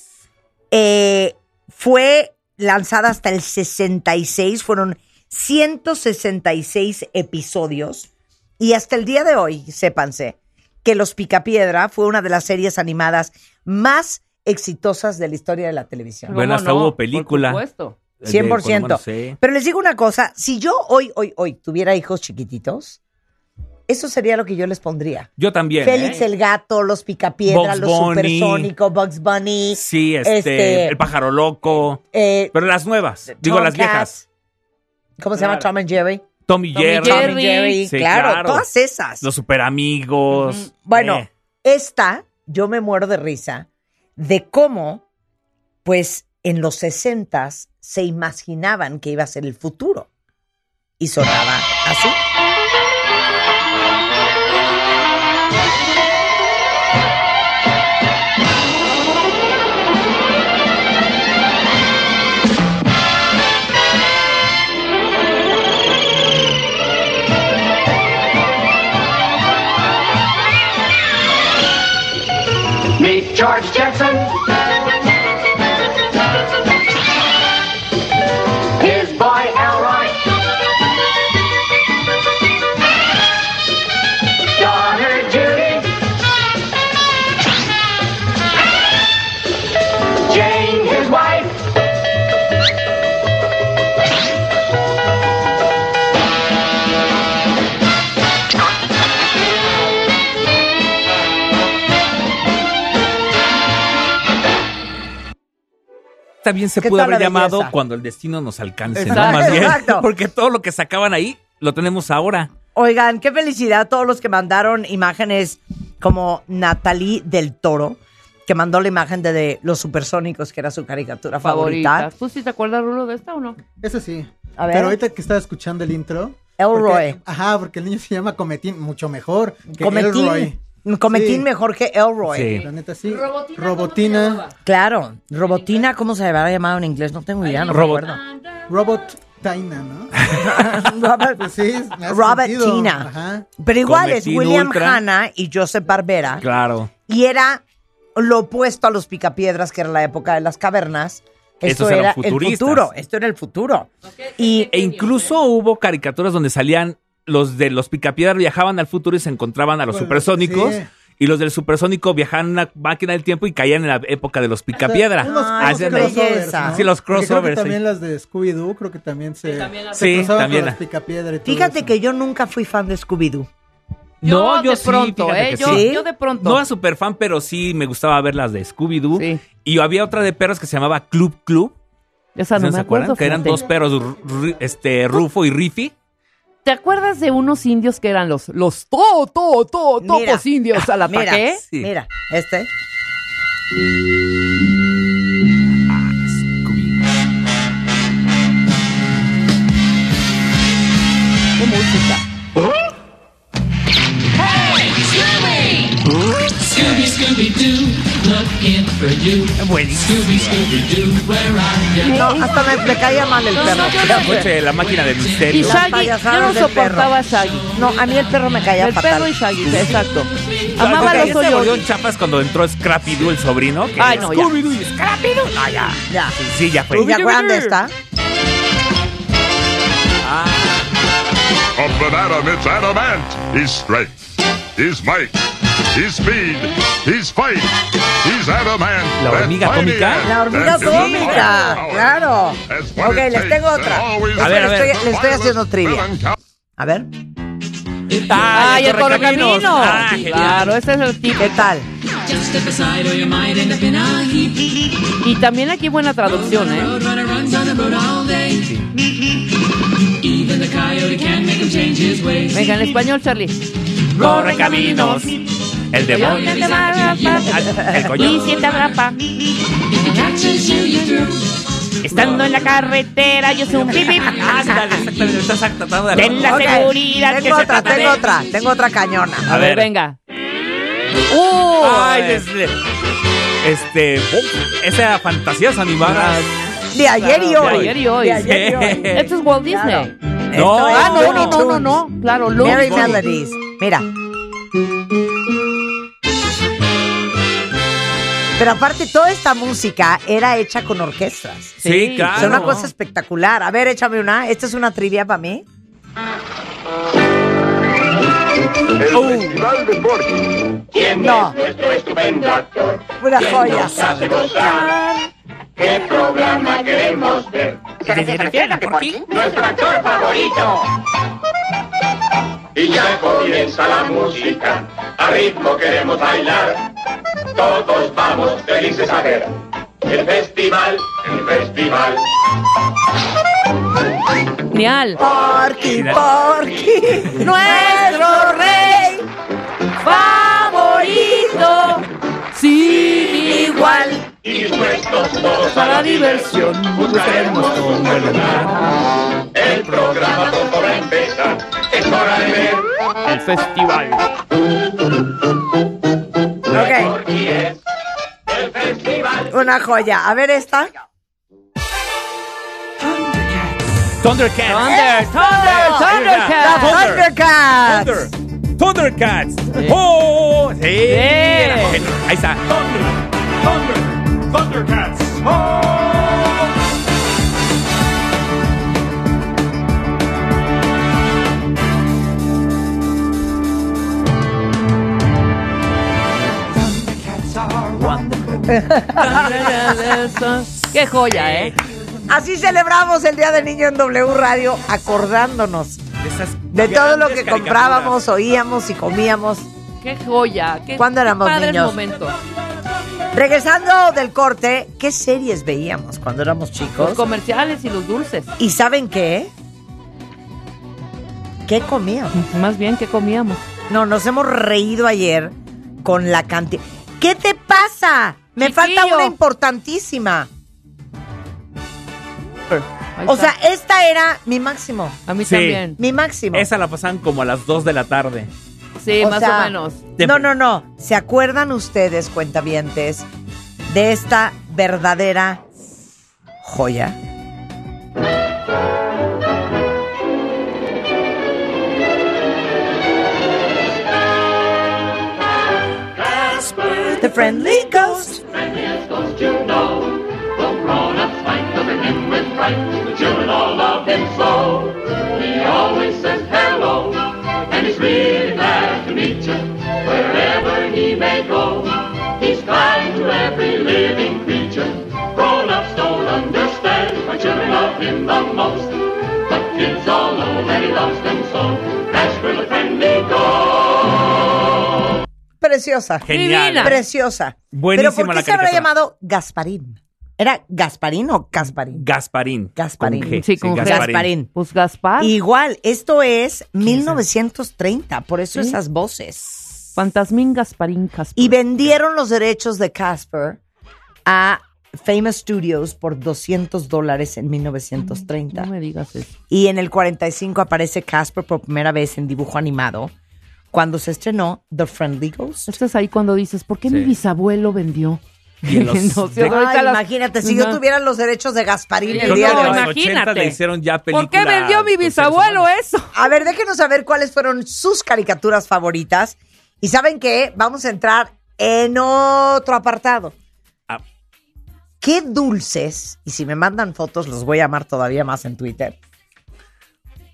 Speaker 1: eh, fue lanzada hasta el 66. Fueron 166 episodios. Y hasta el día de hoy, sépanse, que Los Picapiedra fue una de las series animadas más exitosas de la historia de la televisión.
Speaker 3: Bueno, hasta hubo película.
Speaker 2: por supuesto.
Speaker 3: De-
Speaker 1: 100%.
Speaker 3: bueno, sí.
Speaker 1: Pero les digo una cosa, si yo hoy, hoy, hoy tuviera hijos chiquititos, eso sería lo que yo les pondría.
Speaker 3: Yo también.
Speaker 1: Félix
Speaker 3: ¿eh?
Speaker 1: el gato, los picapiedra,
Speaker 3: Bugs
Speaker 1: los
Speaker 3: Bunny.
Speaker 1: supersónicos, Bugs Bunny.
Speaker 3: Sí, este,
Speaker 1: este,
Speaker 3: El pájaro loco.
Speaker 1: eh,
Speaker 3: pero las nuevas. Digo, las viejas.
Speaker 1: ¿Cómo se llama?
Speaker 3: Claro.
Speaker 1: Tom and Jerry.
Speaker 3: Tom y
Speaker 1: Tom y
Speaker 3: Jerry.
Speaker 1: Jerry. Tom y Jerry, claro, todas esas.
Speaker 3: Los superamigos.
Speaker 1: Bueno,
Speaker 3: Eh,
Speaker 1: esta, yo me muero de risa de cómo, pues, en los 60 se imaginaban que iba a ser el futuro. Y sonaba así.
Speaker 13: Meet George Jetson. His boy Elroy. Daughter Judy. Jane, his wife.
Speaker 3: También se
Speaker 1: ¿Qué
Speaker 3: pudo
Speaker 1: tal
Speaker 3: haber
Speaker 1: la
Speaker 3: llamado
Speaker 1: belleza?
Speaker 3: cuando el destino nos alcance, ¿no?
Speaker 1: Exacto.
Speaker 3: Más bien.
Speaker 1: Exacto.
Speaker 3: [LAUGHS] Porque todo lo que sacaban ahí lo tenemos ahora.
Speaker 1: Oigan, qué felicidad a todos los que mandaron imágenes como Natalie del Toro, que mandó la imagen de, de los supersónicos, que era su caricatura favorita.
Speaker 2: Favoritas. ¿Tú sí te acuerdas, Rulo, de esta o no?
Speaker 17: Eso sí.
Speaker 1: A ver.
Speaker 17: Pero ahorita que estaba escuchando el intro.
Speaker 1: Elroy.
Speaker 17: porque- ajá, porque el niño se llama Cometín, mucho mejor que
Speaker 1: Cometín,
Speaker 17: Elroy.
Speaker 1: cometín
Speaker 17: Sí.
Speaker 1: mejor que Elroy.
Speaker 17: Sí. La neta, sí. Robotina. Robotina.
Speaker 1: Claro, Robotina, ¿cómo se habrá llamado en inglés? No tengo idea, no
Speaker 17: Robot-
Speaker 1: recuerdo.
Speaker 17: Robot Taina, ¿no?
Speaker 1: Robert,
Speaker 17: [LAUGHS]
Speaker 1: Robert
Speaker 17: sentido.
Speaker 1: Tina.
Speaker 17: Ajá.
Speaker 1: Pero igual es
Speaker 17: Cometín
Speaker 1: William
Speaker 17: Ultra.
Speaker 1: Hanna y Joseph Barbera.
Speaker 3: Claro.
Speaker 1: Y era lo opuesto a los picapiedras, que era la época de las cavernas. Esto
Speaker 3: Estos eran
Speaker 1: era el
Speaker 3: futuristas.
Speaker 1: futuro. Esto era el futuro. Y,
Speaker 3: E incluso hubo caricaturas donde salían los de los picapiedras viajaban al futuro y se encontraban a los
Speaker 17: Con-
Speaker 3: supersónicos.
Speaker 17: sí.
Speaker 3: Y los del supersónico viajaban en una máquina del tiempo y caían en la época de los
Speaker 17: O
Speaker 3: picapiedra.
Speaker 17: sea, unos- unos
Speaker 3: Hacían los-
Speaker 17: crossovers, ¿no? Porque
Speaker 3: Sí, los
Speaker 17: creo que
Speaker 3: crossovers. sí.
Speaker 17: también las de Scooby-Doo, creo que también se.
Speaker 3: las-
Speaker 17: se
Speaker 3: Sí,
Speaker 17: cruzaban con
Speaker 3: también.
Speaker 17: las picapiedra y todo
Speaker 1: Fíjate que yo nunca fui fan de Scooby-Doo.
Speaker 3: No,
Speaker 1: Yo
Speaker 3: yo
Speaker 1: de
Speaker 3: sí,
Speaker 1: pronto,
Speaker 3: fíjate
Speaker 1: ¿eh?
Speaker 3: que
Speaker 1: Yo-
Speaker 3: sí.
Speaker 1: yo de pronto.
Speaker 3: No era súper fan, pero sí me gustaba ver las de Scooby-Doo. Y había otra de perros que se llamaba Club Club.
Speaker 2: Esa no me
Speaker 3: se acuerdan?
Speaker 2: acuerdo,
Speaker 3: Que eran
Speaker 2: fíjate.
Speaker 3: dos perros, Ru- Ru- este, Rufo y Riffy.
Speaker 2: ¿Te acuerdas de unos indios que eran los, los to, to, to, topos indios al ataque?
Speaker 1: mira, mira, este.
Speaker 2: ¿Qué música?
Speaker 15: Scooby, Scooby Doo, looking for you. Scooby, Scooby Doo, where are you?
Speaker 1: No, hasta me, me caía mal el perro.
Speaker 3: Era mucho de la máquina del misterio.
Speaker 2: Y
Speaker 1: Las
Speaker 2: Shaggy, yo no
Speaker 1: payasadas del perro.
Speaker 2: soportaba a Shaggy.
Speaker 1: No, a mí el perro me caía
Speaker 2: El
Speaker 1: fatal.
Speaker 2: perro y Shaggy, exacto.
Speaker 3: Ah,
Speaker 2: Amaba
Speaker 3: porque
Speaker 2: los
Speaker 3: ya se volvió
Speaker 2: hoyos.
Speaker 3: en chapas cuando entró Scrappy Doo, el sobrino. que
Speaker 2: Ay,
Speaker 3: es
Speaker 2: no, ya.
Speaker 3: Scooby-Doo y Scrappy-Doo. Ah, ya.
Speaker 1: Ya.
Speaker 3: Sí, ya fue.
Speaker 1: ¿Ya acuerdan de esta?
Speaker 11: Of an atom, its adamant. His strength, his might, his speed, He's fight. He's adamant.
Speaker 3: La hormiga
Speaker 11: that mighty
Speaker 3: atómica.
Speaker 11: ant
Speaker 1: La hormiga
Speaker 11: that defeats
Speaker 1: atómica,
Speaker 11: all
Speaker 1: claro. Ok, les tengo otra.
Speaker 11: A ver, a ver.
Speaker 1: Le estoy, le estoy haciendo trivia. A ver.
Speaker 2: ¡Ay, el
Speaker 1: Correcaminos.
Speaker 2: correcamino!
Speaker 1: Ah, genial.
Speaker 2: claro, ese es el tipo.
Speaker 1: ¿Qué tal?
Speaker 2: Y también aquí buena traducción, ¿eh? Venga, en español, Charlie.
Speaker 3: Correcaminos. El demonio. Ah, El coño.
Speaker 2: Y si te atrapa. Estando en la carretera, yo soy un pipip.
Speaker 3: Ándale, exactamente, estás tratando de
Speaker 2: Ten la
Speaker 1: Ok,
Speaker 2: seguridad que
Speaker 1: Tengo
Speaker 2: se
Speaker 1: otra,
Speaker 2: trata
Speaker 1: tengo
Speaker 2: de-
Speaker 1: otra, tengo otra cañona.
Speaker 2: A ver, venga. ¡Uh!
Speaker 3: Ay, este. Este. oh, esa era fantasiosa, mi vaga.
Speaker 1: De ayer y
Speaker 3: Claro, de
Speaker 1: hoy.
Speaker 3: ayer y hoy.
Speaker 1: De ayer y hoy.
Speaker 2: Esto es Walt Disney.
Speaker 3: No.
Speaker 1: Esto es
Speaker 2: Ah, no, no,
Speaker 1: Looney
Speaker 2: no, no, no.
Speaker 1: Tunes.
Speaker 2: Claro, Looney
Speaker 1: Merry
Speaker 2: Tunes.
Speaker 1: Melodies. Mira. Pero aparte, toda esta música era hecha con orquestas.
Speaker 3: Sí, Sí, claro.
Speaker 1: Es una cosa espectacular. A ver, échame una. Esta es una trivia para mí.
Speaker 10: El
Speaker 3: Oh.
Speaker 10: Festival de Borges. ¿Quién
Speaker 1: No.
Speaker 10: es nuestro estupendo actor?
Speaker 1: Una
Speaker 10: ¿Quién
Speaker 1: joya.
Speaker 10: nos hace gozar? ¿Qué programa queremos ver?
Speaker 7: ¿Se refiere a Porky?
Speaker 10: ¡Nuestro actor favorito! Y ya comienza la música, a ritmo queremos bailar. Todos vamos felices a ver el festival, el festival.
Speaker 2: Genial.
Speaker 1: Porky, Porky.
Speaker 2: Nuestro rey favorito. Sin igual.
Speaker 10: Dispuestos todos a la
Speaker 2: diversión.
Speaker 10: buscaremos un buen lugar. El programa todo va a empezar, es hora de ver.
Speaker 2: El festival.
Speaker 1: Ok,
Speaker 10: Porky es el festival.
Speaker 1: una joya. A ver esta.
Speaker 3: Thundercats.
Speaker 2: Thunder, Thunder,
Speaker 1: La
Speaker 2: Thundercats.
Speaker 1: Thundercats.
Speaker 3: Thunder. Thundercats. Oh, sí. era mujer. Ahí está. Oh.
Speaker 2: Qué joya, ¿eh?
Speaker 1: Así celebramos el Día del Niño en W Radio, acordándonos
Speaker 3: Esas
Speaker 1: de todo lo
Speaker 3: grandes
Speaker 1: que
Speaker 3: caricaturas.
Speaker 1: comprábamos, oíamos y comíamos.
Speaker 2: Qué joya. Qué,
Speaker 1: ¿Cuándo
Speaker 2: qué
Speaker 1: éramos
Speaker 2: padres
Speaker 1: niños?
Speaker 2: momentos.
Speaker 1: Regresando del corte, ¿qué series veíamos cuando éramos
Speaker 2: Los
Speaker 1: chicos?
Speaker 2: comerciales y los dulces.
Speaker 1: ¿Y saben qué? ¿Qué comíamos?
Speaker 2: Más bien, ¿qué comíamos?
Speaker 1: No, nos hemos reído ayer con la cantidad. ¿Qué te pasa? Me
Speaker 2: Chiquillo.
Speaker 1: falta una importantísima.
Speaker 2: Ahí
Speaker 1: O sea,
Speaker 2: está.
Speaker 1: esta era mi máximo.
Speaker 2: a mí
Speaker 3: Sí.
Speaker 2: también.
Speaker 1: Mi máximo.
Speaker 3: Esa la pasaban como a las 2 de la tarde.
Speaker 2: Sí,
Speaker 1: O
Speaker 2: más
Speaker 1: sea,
Speaker 2: o menos.
Speaker 3: De-
Speaker 1: No, no, no. ¿Se acuerdan ustedes, cuentavientes, de esta verdadera joya? The Friendly Ghost. Preciosa.
Speaker 3: Genial.
Speaker 2: Divina.
Speaker 1: Preciosa.
Speaker 3: Buenísima
Speaker 1: Pero ¿por qué
Speaker 3: la
Speaker 1: se habrá
Speaker 3: caricatura.
Speaker 1: llamado Gasparín? ¿Era Gasparín o Casparín?
Speaker 3: Gasparín.
Speaker 1: Gasparín.
Speaker 3: Con G.
Speaker 2: Sí, con G.
Speaker 1: Gasparín.
Speaker 2: Pues Gaspar.
Speaker 1: Igual, esto es 1930, por eso
Speaker 2: Sí.
Speaker 1: esas voces.
Speaker 2: Fantasmín Gasparín Gaspar.
Speaker 1: Y vendieron los derechos de Casper a Famous Studios por 200 dólares en
Speaker 2: No
Speaker 1: 1930.
Speaker 2: me digas eso.
Speaker 1: Y en el 45 aparece Casper por primera vez en dibujo animado cuando se estrenó The Friendly Ghost.
Speaker 2: Esto es ahí cuando dices, ¿por qué mi bisabuelo vendió? [LAUGHS]
Speaker 3: Y en los-
Speaker 2: No, sí,
Speaker 3: de-
Speaker 2: ahorita
Speaker 1: Ay,
Speaker 2: las-
Speaker 1: imagínate, si yo
Speaker 2: No.
Speaker 1: tuviera los derechos de Gasparín el
Speaker 3: Creo que
Speaker 1: día
Speaker 3: en
Speaker 1: de
Speaker 2: No,
Speaker 3: los
Speaker 1: hoy.
Speaker 2: imagínate.
Speaker 3: 80 le hicieron ya
Speaker 2: ¿Por
Speaker 3: películas.
Speaker 2: qué vendió mi
Speaker 3: con seres
Speaker 2: bisabuelo
Speaker 3: humanos.
Speaker 2: eso?
Speaker 1: A ver, déjenos saber cuáles fueron sus caricaturas favoritas. Y saben que vamos a entrar en otro apartado.
Speaker 3: Ah.
Speaker 1: ¿Qué dulces? Y si me mandan fotos, los voy a amar todavía más en Twitter.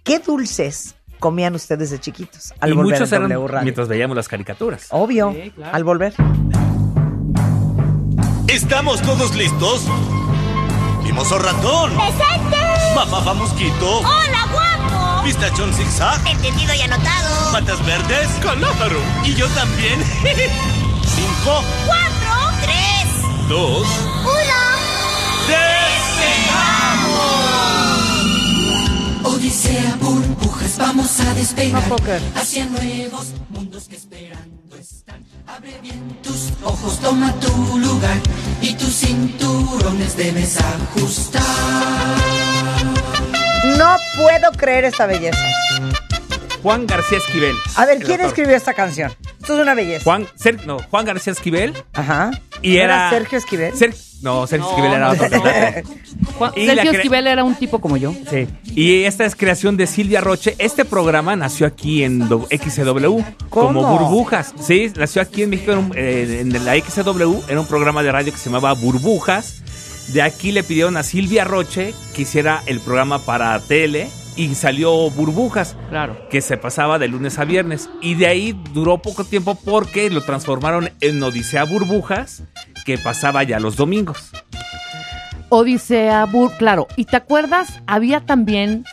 Speaker 1: ¿Qué dulces comían ustedes de chiquitos. Al
Speaker 3: y
Speaker 1: volver
Speaker 3: muchos
Speaker 1: a
Speaker 3: eran
Speaker 1: W Radio.
Speaker 3: mientras veíamos las caricaturas.
Speaker 1: Obvio. Al volver.
Speaker 18: ¿Estamos todos listos? Mimoso ratón.
Speaker 4: ¡Presente!
Speaker 18: Mafafá mosquito.
Speaker 4: ¡Hola, guapo!
Speaker 18: Pistachón zigzag.
Speaker 4: Entendido y anotado.
Speaker 18: Patas verdes. Colófaro. Y yo también. [LAUGHS] Cinco.
Speaker 4: ¡Cuatro! ¡Tres!
Speaker 18: Dos.
Speaker 4: ¡Uno!
Speaker 15: Odisea, burbujas, vamos a despegar. Hacia nuevos
Speaker 4: mundos que esperando están. Abre bien
Speaker 15: tus ojos, toma tu lugar y tus cinturones debes ajustar.
Speaker 1: No puedo creer esta belleza.
Speaker 3: Juan García Esquivel.
Speaker 1: A ver,
Speaker 3: el
Speaker 1: ¿quién
Speaker 3: autor.
Speaker 1: escribió esta canción? Esto es una belleza.
Speaker 3: Juan, Ser- no, Juan García Esquivel.
Speaker 1: Ajá.
Speaker 3: Y
Speaker 1: ¿No
Speaker 3: era.
Speaker 1: Sergio Esquivel?
Speaker 3: Ser- no, Sergio Esquivel era
Speaker 1: [LAUGHS]
Speaker 3: otro.
Speaker 2: Juan-
Speaker 3: Y la
Speaker 2: Sergio
Speaker 3: cre-
Speaker 2: Esquivel era un tipo como yo.
Speaker 3: Sí. Y esta es creación de Silvia Roche. Este programa nació aquí en do- XCW como
Speaker 1: ¿Cómo?
Speaker 3: Burbujas. Sí, nació aquí en México en, un- eh, en la XCW. Era un programa de radio que se llamaba Burbujas. De aquí le pidieron a Silvia Roche que hiciera el programa para tele y salió Burbujas.
Speaker 2: Claro.
Speaker 3: Que se pasaba de lunes a viernes. Y de ahí duró poco tiempo porque lo transformaron en Odisea Burbujas, que pasaba ya los domingos.
Speaker 2: Odisea, Bur, claro. ¿Y te acuerdas? Había también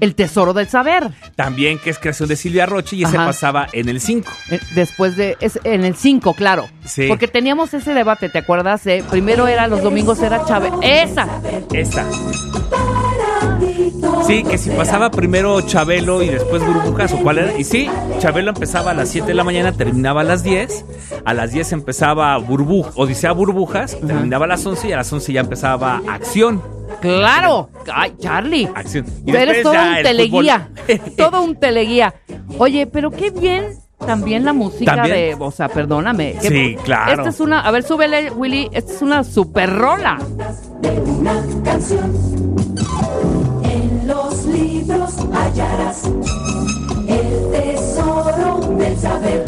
Speaker 2: el tesoro del saber.
Speaker 3: También que es creación de Silvia Roche y ese
Speaker 2: Ajá.
Speaker 3: pasaba en el 5.
Speaker 2: Eh, Después de. es en el 5, claro.
Speaker 3: Sí.
Speaker 2: Porque teníamos ese debate, ¿te acuerdas? eh? Primero era los domingos, era Chávez. ¡Esa!
Speaker 3: Esta. Sí, que si pasaba primero Chabelo y después Burbujas o cuál era. Y sí, Chabelo empezaba a las 7 de la mañana, terminaba a las 10. A las 10 empezaba Burbujas, Odisea Burbujas, terminaba a las 11 y a las 11 ya empezaba Acción.
Speaker 2: ¡Claro! ¡Ay, Charlie!
Speaker 3: Acción. Y
Speaker 2: Eres
Speaker 3: después
Speaker 2: todo
Speaker 3: ya
Speaker 2: un
Speaker 3: el fútbol. [LAUGHS]
Speaker 2: teleguía. todo un teleguía. Oye, pero qué bien también la música
Speaker 3: También.
Speaker 2: de. O sea, perdóname. qué-
Speaker 3: Sí, claro.
Speaker 2: Esta es una. A ver, súbele, Willy. Esta es una super rola.
Speaker 15: Una canción en los libros hallarás el tesoro del saber.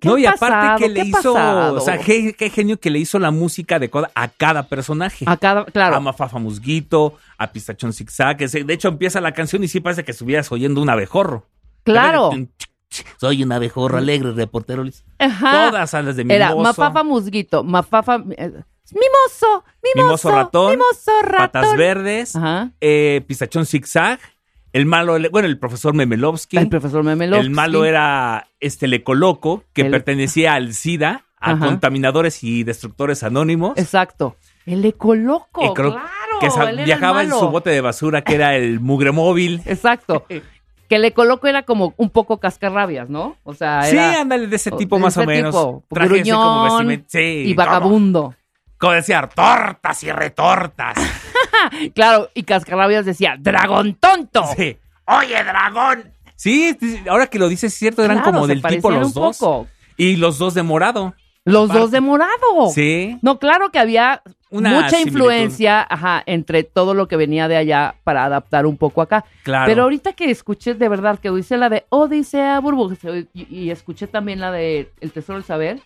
Speaker 3: No, y aparte
Speaker 2: pasado,
Speaker 3: que le
Speaker 2: qué
Speaker 3: hizo,
Speaker 2: pasado.
Speaker 3: o sea, qué, qué genio que le hizo la música de coda a cada personaje.
Speaker 2: A cada, claro.
Speaker 3: A Mafafa Musguito, a Pistachón Zigzag. que se- De hecho, empieza la canción y sí parece que estuvieras oyendo un abejorro.
Speaker 2: Claro.
Speaker 3: Soy un abejorro alegre, reportero.
Speaker 2: Ajá.
Speaker 3: Todas las de
Speaker 2: Ah, Era
Speaker 3: Mimoso.
Speaker 2: Mafafa Musguito, Mafafa. eh, Mimoso, mimoso,
Speaker 3: Mimoso ratón,
Speaker 2: mimoso ratón.
Speaker 3: Patas Verdes, eh, Pistachón Zigzag, el malo, ele- bueno, el profesor Memelovsky.
Speaker 2: El profesor Memelovsky.
Speaker 3: El malo era este Lecoloco, que
Speaker 2: El-
Speaker 3: pertenecía al SIDA, a
Speaker 2: Ajá.
Speaker 3: contaminadores y destructores anónimos.
Speaker 2: Exacto. El ecoloco,
Speaker 3: Eh, creo
Speaker 2: claro.
Speaker 3: que sa-
Speaker 2: él era el
Speaker 3: viajaba en
Speaker 2: malo.
Speaker 3: su bote de basura, que era el
Speaker 2: [LAUGHS]
Speaker 3: mugre móvil. [LAUGHS]
Speaker 2: Exacto. Que el ecoloco era como un poco cascarrabias, ¿no? O sea,
Speaker 3: Sí,
Speaker 2: Ah, era
Speaker 3: ándale, de ese
Speaker 2: o-
Speaker 3: tipo
Speaker 2: de
Speaker 3: más o
Speaker 2: ese
Speaker 3: menos.
Speaker 2: tipo,
Speaker 3: Traje así como
Speaker 2: gruñón
Speaker 3: vestimenta- sí,
Speaker 2: y
Speaker 3: ¿cómo?
Speaker 2: vagabundo.
Speaker 3: Como decía, tortas y retortas.
Speaker 2: Claro, y cascarrabias decía, dragón tonto.
Speaker 3: Sí. Oye, dragón. Sí, sí, ahora que lo dices, es cierto, eran
Speaker 2: Claro,
Speaker 3: como
Speaker 2: se
Speaker 3: del tipo
Speaker 2: parecían
Speaker 3: los
Speaker 2: un
Speaker 3: dos.
Speaker 2: poco.
Speaker 3: Y los dos de morado.
Speaker 2: Los dos de morado.
Speaker 3: Sí.
Speaker 2: No, claro que había
Speaker 3: Una
Speaker 2: mucha
Speaker 3: similitud.
Speaker 2: influencia ajá, entre todo lo que venía de allá para adaptar un poco acá.
Speaker 3: Claro.
Speaker 2: Pero ahorita que escuché de verdad que hice la de Odisea Burbujas y, y escuché también la de El Tesoro del Saber,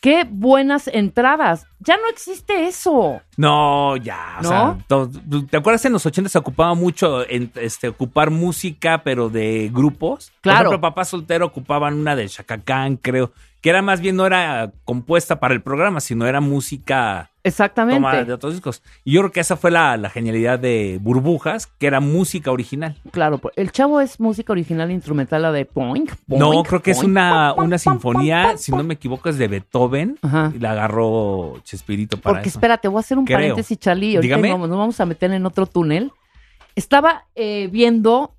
Speaker 2: qué buenas entradas. Ya no existe eso.
Speaker 3: No, ya, o
Speaker 2: ¿No?
Speaker 3: sea, to- ¿te acuerdas en los 80 se ocupaba mucho en, este, ocupar música, pero de grupos?
Speaker 2: Claro.
Speaker 3: Por ejemplo, Papá Soltero ocupaban una de Chacacán, creo, que era más bien no era compuesta para el programa, sino era música
Speaker 2: Exactamente.
Speaker 3: tomada de otros discos. Y yo creo que esa fue la, la genialidad de Burbujas, que era música original.
Speaker 2: Claro, por- el chavo es música original instrumental, la de Poink.
Speaker 3: no, creo que es una, una sinfonía, si no me equivoco, es de Beethoven. Y la agarró Chespirito para
Speaker 2: Porque
Speaker 3: eso.
Speaker 2: espérate, voy a hacer un
Speaker 3: Creo.
Speaker 2: paréntesis, Charlie. y Ahorita
Speaker 3: Dígame.
Speaker 2: vamos- nos vamos a meter en otro túnel. Estaba eh, viendo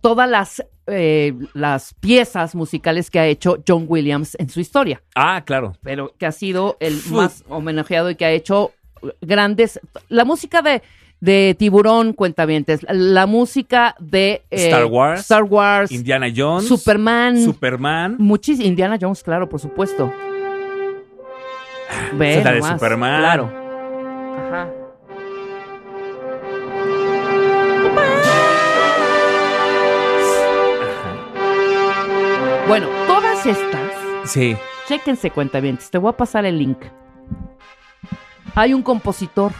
Speaker 2: todas las, eh, las piezas musicales que ha hecho John Williams en su historia,
Speaker 3: Ah, claro.
Speaker 2: pero que ha sido el más homenajeado y que ha hecho grandes. La música de, de Tiburón, cuentavientes, la música de eh,
Speaker 3: Star Wars.
Speaker 2: Star Wars,
Speaker 3: Indiana Jones.
Speaker 2: Superman.
Speaker 3: Superman.
Speaker 2: Muchis, Indiana Jones, claro, por supuesto. Ve
Speaker 3: Ah, Esa es la de
Speaker 2: nomás,
Speaker 3: Superman.
Speaker 2: Claro. Ajá. Bueno, todas estas,
Speaker 3: Sí.
Speaker 2: chéquense cuentavientes, te voy a pasar el link. Hay un compositor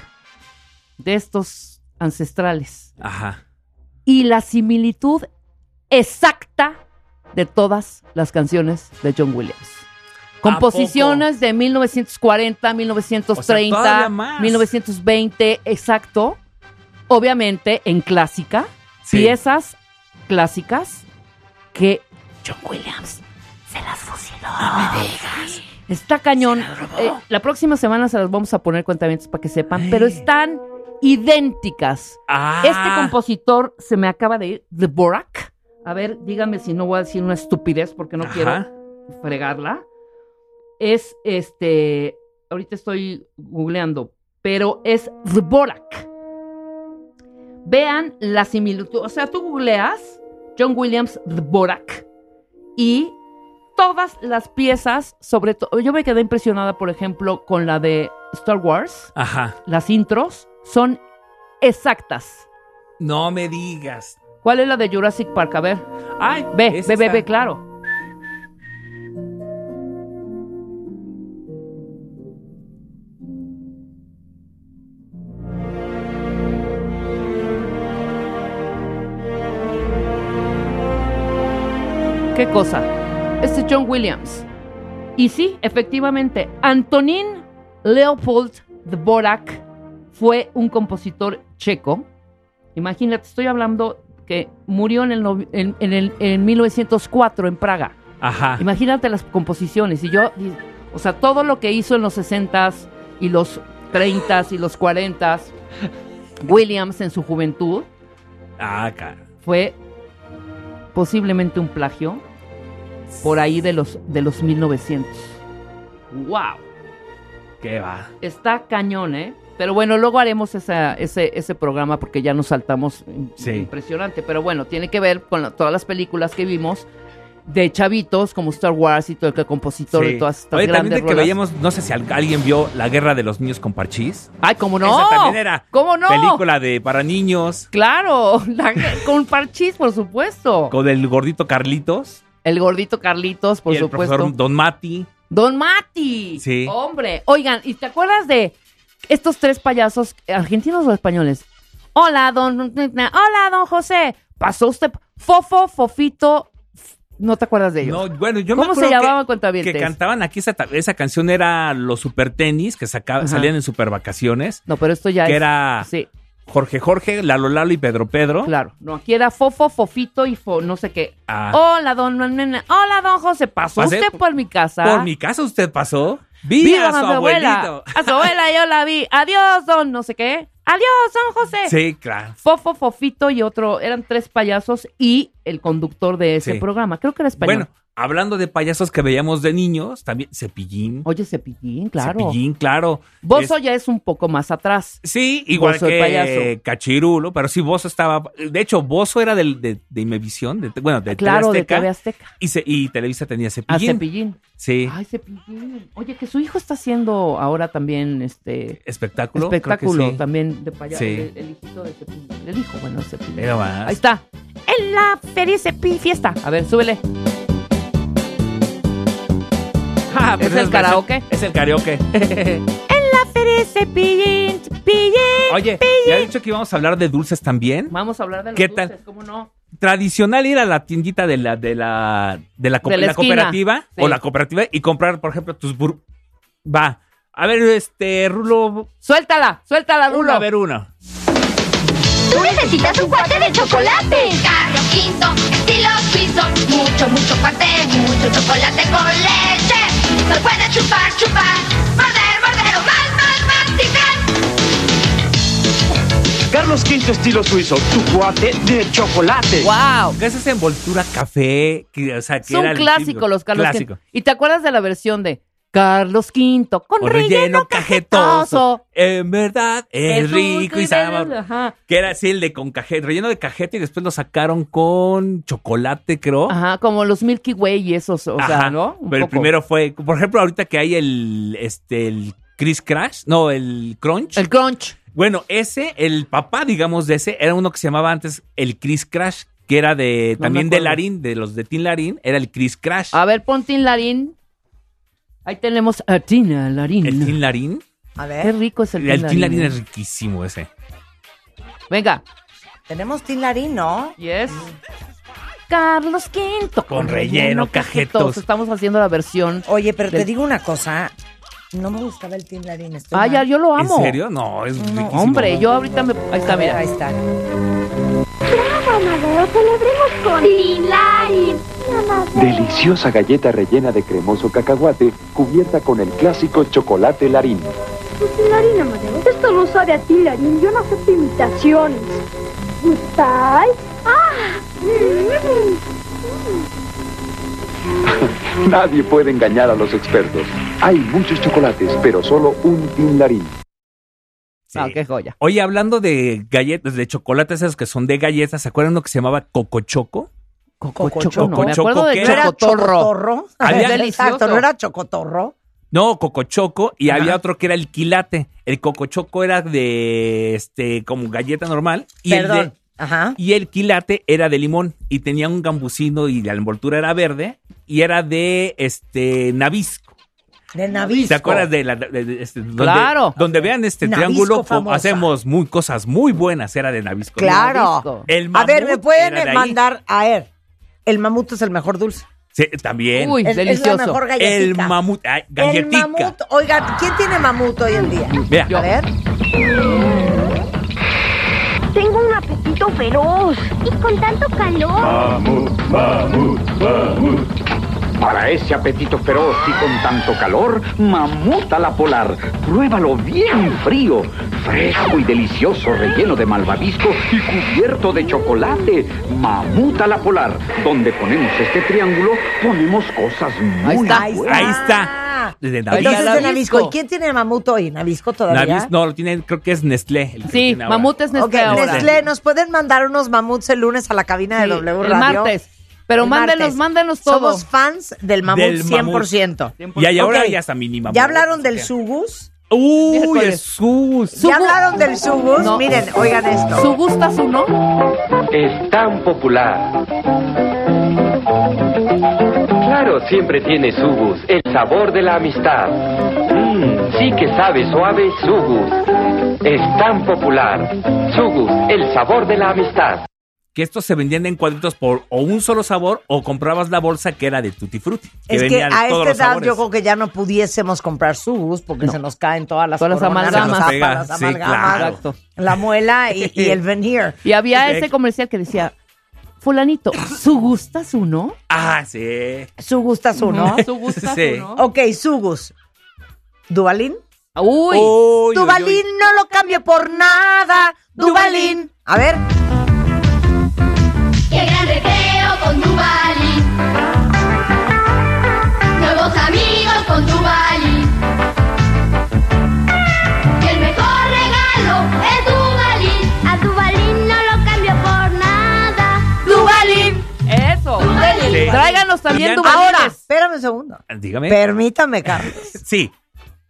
Speaker 2: de estos ancestrales
Speaker 3: Ajá.
Speaker 2: y la similitud exacta de todas las canciones de John Williams. Composiciones de 1940, 1930,
Speaker 3: O sea, todavía más.
Speaker 2: 1920, exacto. Obviamente en clásica,
Speaker 3: Sí.
Speaker 2: piezas clásicas que John Williams se las fusiló. Está cañón. Eh, la próxima semana se las vamos a poner cuentamientos para que sepan, pero están idénticas.
Speaker 3: Ah.
Speaker 2: Este compositor se me acaba de ir, de Borak. A ver, dígame si no voy a decir una estupidez porque no
Speaker 3: Ajá.
Speaker 2: quiero fregarla. Es este. Ahorita estoy googleando, pero es Dvorak. Vean la similitud. O sea, tú googleas John Williams Dvorak y todas las piezas, sobre todo. Yo me quedé impresionada, por ejemplo, con la de Star Wars.
Speaker 3: Ajá.
Speaker 2: Las intros son exactas.
Speaker 3: No me digas.
Speaker 2: ¿Cuál es la de Jurassic Park? A ver.
Speaker 3: Ay,
Speaker 2: ve,
Speaker 3: esa
Speaker 2: ve, ve,
Speaker 3: está.
Speaker 2: ve, claro. ¿Qué cosa? Este es John Williams. Y sí, efectivamente, Antonín Leopold Dvorak fue un compositor checo. Imagínate, estoy hablando que murió en, el no- en- en el- en 1904 en Praga.
Speaker 3: Ajá.
Speaker 2: Imagínate las composiciones. Y yo, y- o sea, todo lo que hizo en los 60s y los 30s y los 40s, Williams en su juventud,
Speaker 3: Ah, cara.
Speaker 2: fue posiblemente un plagio por ahí de los, de los 1900. ¡Wow!
Speaker 3: ¿Qué va?
Speaker 2: Está cañón, ¿eh? Pero bueno, luego haremos esa- ese, ese programa porque ya nos saltamos im-
Speaker 3: Sí.
Speaker 2: impresionante. Pero bueno, tiene que ver con la- todas las películas que vimos de chavitos como Star Wars y todo el que compositor
Speaker 3: Sí.
Speaker 2: de todas estas
Speaker 3: Oye, también
Speaker 2: grandes
Speaker 3: de que
Speaker 2: rolas.
Speaker 3: veíamos, no sé si al- alguien vio La Guerra de los Niños con Parchís.
Speaker 2: ¡Ay, cómo no!
Speaker 3: Esa también era
Speaker 2: ¡Cómo no!
Speaker 3: Película de para niños
Speaker 2: ¡Claro! [LAUGHS] La- con parchís, por supuesto.
Speaker 3: con el gordito Carlitos
Speaker 2: El gordito Carlitos, por
Speaker 3: y el
Speaker 2: supuesto.
Speaker 3: profesor Don Mati.
Speaker 2: Don Mati.
Speaker 3: Sí.
Speaker 2: Hombre. Oigan, ¿y te acuerdas de estos tres payasos argentinos o españoles? Hola, don. Hola, don José. Pasó usted. Fofo, Fofito. f- No te acuerdas de ellos.
Speaker 3: No, bueno, yo me
Speaker 2: ¿Cómo se
Speaker 3: acuerdo que-
Speaker 2: llamaban
Speaker 3: Que
Speaker 2: cuentavientes?
Speaker 3: cantaban aquí esa, ta- esa canción era los super tenis que saca-
Speaker 2: Ajá.
Speaker 3: salían en super vacaciones.
Speaker 2: No, pero esto ya
Speaker 3: que
Speaker 2: es-
Speaker 3: era
Speaker 2: sí.
Speaker 3: Jorge Jorge, Lalo Lalo y Pedro Pedro.
Speaker 2: Claro. No, aquí era Fofo, Fofito y fo, no sé qué.
Speaker 3: Ah.
Speaker 2: Hola, don. nena. Hola, don José. Pasó
Speaker 3: Pasé
Speaker 2: usted por mi casa.
Speaker 3: Por mi casa usted pasó. Vi, a su abuelito.
Speaker 2: A su abuela yo la vi. Adiós, don. No sé qué. Adiós, don José.
Speaker 3: Sí, claro.
Speaker 2: Fofo, Fofito y otro, eran tres payasos y el conductor de ese
Speaker 3: Sí.
Speaker 2: programa. Creo que era español.
Speaker 3: Bueno, hablando de payasos que veíamos de niños, también Cepillín.
Speaker 2: Oye, Cepillín, claro.
Speaker 3: Cepillín, claro.
Speaker 2: Bozo
Speaker 3: Es-
Speaker 2: ya es un poco más atrás.
Speaker 3: Sí, igual
Speaker 2: Bozo, el
Speaker 3: que
Speaker 2: payaso.
Speaker 3: Cachirulo, pero sí, Bozo estaba. De hecho, Bozo era del- de, de Imevisión, de- bueno, de
Speaker 2: Ah, Claro,
Speaker 3: TV
Speaker 2: de
Speaker 3: Azteca,
Speaker 2: TV Azteca.
Speaker 3: Y, se- y Televisa tenía
Speaker 2: A
Speaker 3: Cepillín.
Speaker 2: Cepillín. Ah,
Speaker 3: Sí,
Speaker 2: Ay, Cepillín. Oye, que su hijo está haciendo ahora también este
Speaker 3: espectáculo.
Speaker 2: espectáculo
Speaker 3: creo que sí.
Speaker 2: también de payaso.
Speaker 3: Sí.
Speaker 2: El, el hijito de Cepillín. El hijo, bueno, Cepillín.
Speaker 3: Mira más.
Speaker 2: Ahí está. En la feria Cepillín fiesta. A ver, súbele.
Speaker 3: Ah, pues
Speaker 2: ¿Es el
Speaker 3: versión-
Speaker 2: karaoke?
Speaker 3: Es el karaoke.
Speaker 2: En la feria Cepillín, Cepillín.
Speaker 3: Oye, ya he dicho que íbamos a hablar de dulces también.
Speaker 2: Vamos a hablar de los
Speaker 3: ¿Qué
Speaker 2: dulces,
Speaker 3: tal?
Speaker 2: ¿cómo no?
Speaker 3: Tradicional ir a la tiendita de la, de la, de la, co-
Speaker 2: De la
Speaker 3: la
Speaker 2: esquina.
Speaker 3: cooperativa
Speaker 2: Sí.
Speaker 3: o la cooperativa y comprar, por ejemplo, tus bur- Va. A ver, este, Rulo.
Speaker 2: Suéltala, suéltala,
Speaker 3: Rulo, a
Speaker 2: Rulo.
Speaker 3: ver, uno.
Speaker 4: Tú necesitas un cuate de chocolate. Carlos Quinto, estilo suizo. Mucho, mucho cuate, mucho chocolate con leche. Lo puedes chupar, chupar. Morder, morder o más, más, masticar.
Speaker 18: Carlos V estilo suizo, tu cuate de chocolate.
Speaker 2: ¡Wow!
Speaker 3: ¿Qué es esa envoltura café? Que, o sea, que
Speaker 2: Es un
Speaker 3: era el
Speaker 2: clásico
Speaker 3: típico.
Speaker 2: los Carlos
Speaker 3: Clásico.
Speaker 2: V. ¿Y te acuerdas de la versión de Carlos V con
Speaker 3: Con
Speaker 2: relleno,
Speaker 3: relleno
Speaker 2: cajetoso?
Speaker 3: cajetoso. En verdad, es, rico y sabroso.
Speaker 2: Ajá.
Speaker 3: Que era así el de con cajeta, relleno de cajeta y después lo sacaron con chocolate, creo.
Speaker 2: Ajá, como los Milky Way y esos, Ah, o sea,
Speaker 3: Ajá.
Speaker 2: ¿no? Un
Speaker 3: Pero el
Speaker 2: poco.
Speaker 3: primero fue, por ejemplo, ahorita que hay el, este, el Chris Crash, no, el Crunch.
Speaker 2: El crunch.
Speaker 3: Bueno, ese, el papá, digamos, de ese, era uno que se llamaba antes el Chris Crash, que era de,
Speaker 2: No
Speaker 3: también
Speaker 2: me
Speaker 3: de
Speaker 2: acuerdo. Ah,
Speaker 3: Larín, de los de Tin Larín, era el Chris Crash.
Speaker 2: A ver, ponte en Larín. Ahí tenemos a Tina Larín.
Speaker 3: El Tin Larín.
Speaker 1: A
Speaker 2: Qué
Speaker 1: ver,
Speaker 2: rico es el
Speaker 3: El
Speaker 2: Tin
Speaker 3: Tin Larín
Speaker 2: Larín.
Speaker 3: es riquísimo ese.
Speaker 2: Venga.
Speaker 1: tenemos Tin Larín, ¿no?
Speaker 2: Yes. Carlos V.
Speaker 3: Con relleno,
Speaker 2: Todos
Speaker 3: cajetos.
Speaker 2: estamos haciendo la versión.
Speaker 1: Oye, pero te
Speaker 2: del-
Speaker 1: digo una cosa. No me gustaba el Tim Larín. estoy
Speaker 2: Ay,
Speaker 1: mal.
Speaker 2: Ah, ya, yo lo amo.
Speaker 3: ¿En serio? No, es
Speaker 2: No,
Speaker 3: riquísimo.
Speaker 2: hombre, yo ahorita me. Ahí está, mira.
Speaker 1: Ahí está.
Speaker 4: Amadeo, celebremos con Tin Larín.
Speaker 19: Deliciosa galleta rellena de cremoso cacahuate cubierta con el clásico chocolate larín.
Speaker 5: Larín, Amadeo, esto no sabe a ti, Larín. Yo no acepto imitaciones. ¿Gustáis? ¡Ah!
Speaker 19: Nadie puede engañar a los expertos. Hay muchos chocolates, pero solo un tin larín.
Speaker 2: No, qué joya.
Speaker 3: Oye, hablando de galletas, de chocolates esos que son de galletas, ¿se acuerdan uno que se llamaba Cocochoco?
Speaker 2: Cocochoco, no. Me
Speaker 3: Cocochoco,
Speaker 2: acuerdo
Speaker 3: ¿qué?
Speaker 2: de
Speaker 3: ¿No era
Speaker 2: Chocotorro.
Speaker 3: Había-
Speaker 1: [LAUGHS] Exacto, no era chocotorro.
Speaker 3: No, Cocochoco, y había otro que era el quilate. El Cocochoco era de, este, como galleta normal. Y el de-
Speaker 1: Perdón. Ajá.
Speaker 3: y el quilate era de limón y tenía un gambucino y la envoltura era verde y era de este nabisco.
Speaker 1: De Navisco.
Speaker 3: ¿Te acuerdas de la de- de- este, donde,
Speaker 1: Claro.
Speaker 3: donde vean este
Speaker 1: Nabisco
Speaker 3: triángulo co-
Speaker 1: famosa.
Speaker 3: hacemos muy cosas muy buenas era de nabisco.
Speaker 1: Claro.
Speaker 3: El
Speaker 1: a ver, ¿me
Speaker 3: mamut era de
Speaker 1: pueden
Speaker 3: ahí.
Speaker 1: mandar a él? El mamut es el mejor dulce.
Speaker 3: Sí, también.
Speaker 1: Uy, Es- es la delicioso. mejor galletita.
Speaker 3: El mamut, ay, galletica.
Speaker 1: El mamut, oigan, ¿quién tiene mamut hoy en día?
Speaker 3: Vea.
Speaker 1: A ver.
Speaker 4: Tengo un apetito feroz. Y con tanto calor.
Speaker 6: Para ese apetito feroz y con tanto calor, mamuta la polar. Pruébalo bien frío, fresco y delicioso, relleno de malvavisco y cubierto de chocolate. Mamuta la polar, donde ponemos este triángulo, ponemos cosas muy buenas.
Speaker 3: Ahí
Speaker 1: Ah.
Speaker 3: está. De nabisco.
Speaker 1: Entonces de Navisco. ¿Y quién tiene mamut hoy? ¿Navisco todavía?
Speaker 3: Nabis- no, lo tiene, creo que es Nestlé. el que lo
Speaker 1: Sí,
Speaker 3: tiene ahora.
Speaker 1: es Nestlé Nestlé, ¿nos pueden mandar unos mamuts el lunes a la cabina de
Speaker 2: Sí,
Speaker 1: W
Speaker 2: el
Speaker 1: Radio?
Speaker 2: martes. Pero mándenos, mándenos todo.
Speaker 1: Somos fans del mamut
Speaker 3: Del mamut.
Speaker 1: 100%.
Speaker 3: Y ahí ahora
Speaker 1: Ok.
Speaker 3: ya está mini mamut.
Speaker 1: ¿Ya hablaron del sugus?
Speaker 3: Uy, el Sugus.
Speaker 1: ¿Ya hablaron del sugus?
Speaker 2: No.
Speaker 1: Miren, oigan esto.
Speaker 2: Su gusta su no.
Speaker 20: Es tan popular. Claro, siempre tiene Sugus, el sabor de la amistad. Mmm, sí que sabe suave Sugus. Es tan popular. Sugus, el sabor de la amistad.
Speaker 3: que estos se vendían en cuadritos por o un solo sabor o comprabas la bolsa que era de Tutti Frutti. Que
Speaker 1: Es que
Speaker 3: venía
Speaker 1: a esta edad
Speaker 3: todos los
Speaker 1: yo
Speaker 3: sabores.
Speaker 1: creo que ya no pudiésemos comprar sugus porque se nos caen todas las,
Speaker 2: Todas las
Speaker 1: coronas,
Speaker 2: amalgamas.
Speaker 1: las
Speaker 2: Se nos
Speaker 1: tapas, las
Speaker 2: pega, sí,
Speaker 1: amalgamas,
Speaker 2: claro. Exacto.
Speaker 1: la muela
Speaker 2: [LAUGHS]
Speaker 1: y, y el veneer.
Speaker 2: Y había ese comercial que decía, fulanito, su gusta su no.
Speaker 3: Ah, sí.
Speaker 1: Su gustas
Speaker 2: [LAUGHS]
Speaker 1: uno.
Speaker 2: Su gusta
Speaker 3: Sí.
Speaker 2: su no.
Speaker 1: Ok, Sugus. ¿Dubalín?
Speaker 2: Uy.
Speaker 3: Uy,
Speaker 1: Dubalín no lo cambio por nada. Dubalín. A ver.
Speaker 4: ¡Qué gran recreo con Duvalin! Nuevos amigos con Duvalin. El mejor regalo es Duvalin. A Duvalin no lo cambio por nada. Duvalin.
Speaker 2: Eso.
Speaker 4: Duvalin.
Speaker 3: Sí.
Speaker 2: Tráiganos también
Speaker 3: Y ya-
Speaker 2: Dubalines.
Speaker 1: Ahora, espérame un segundo.
Speaker 3: Dígame.
Speaker 1: Permítame, Carlos.
Speaker 3: sí.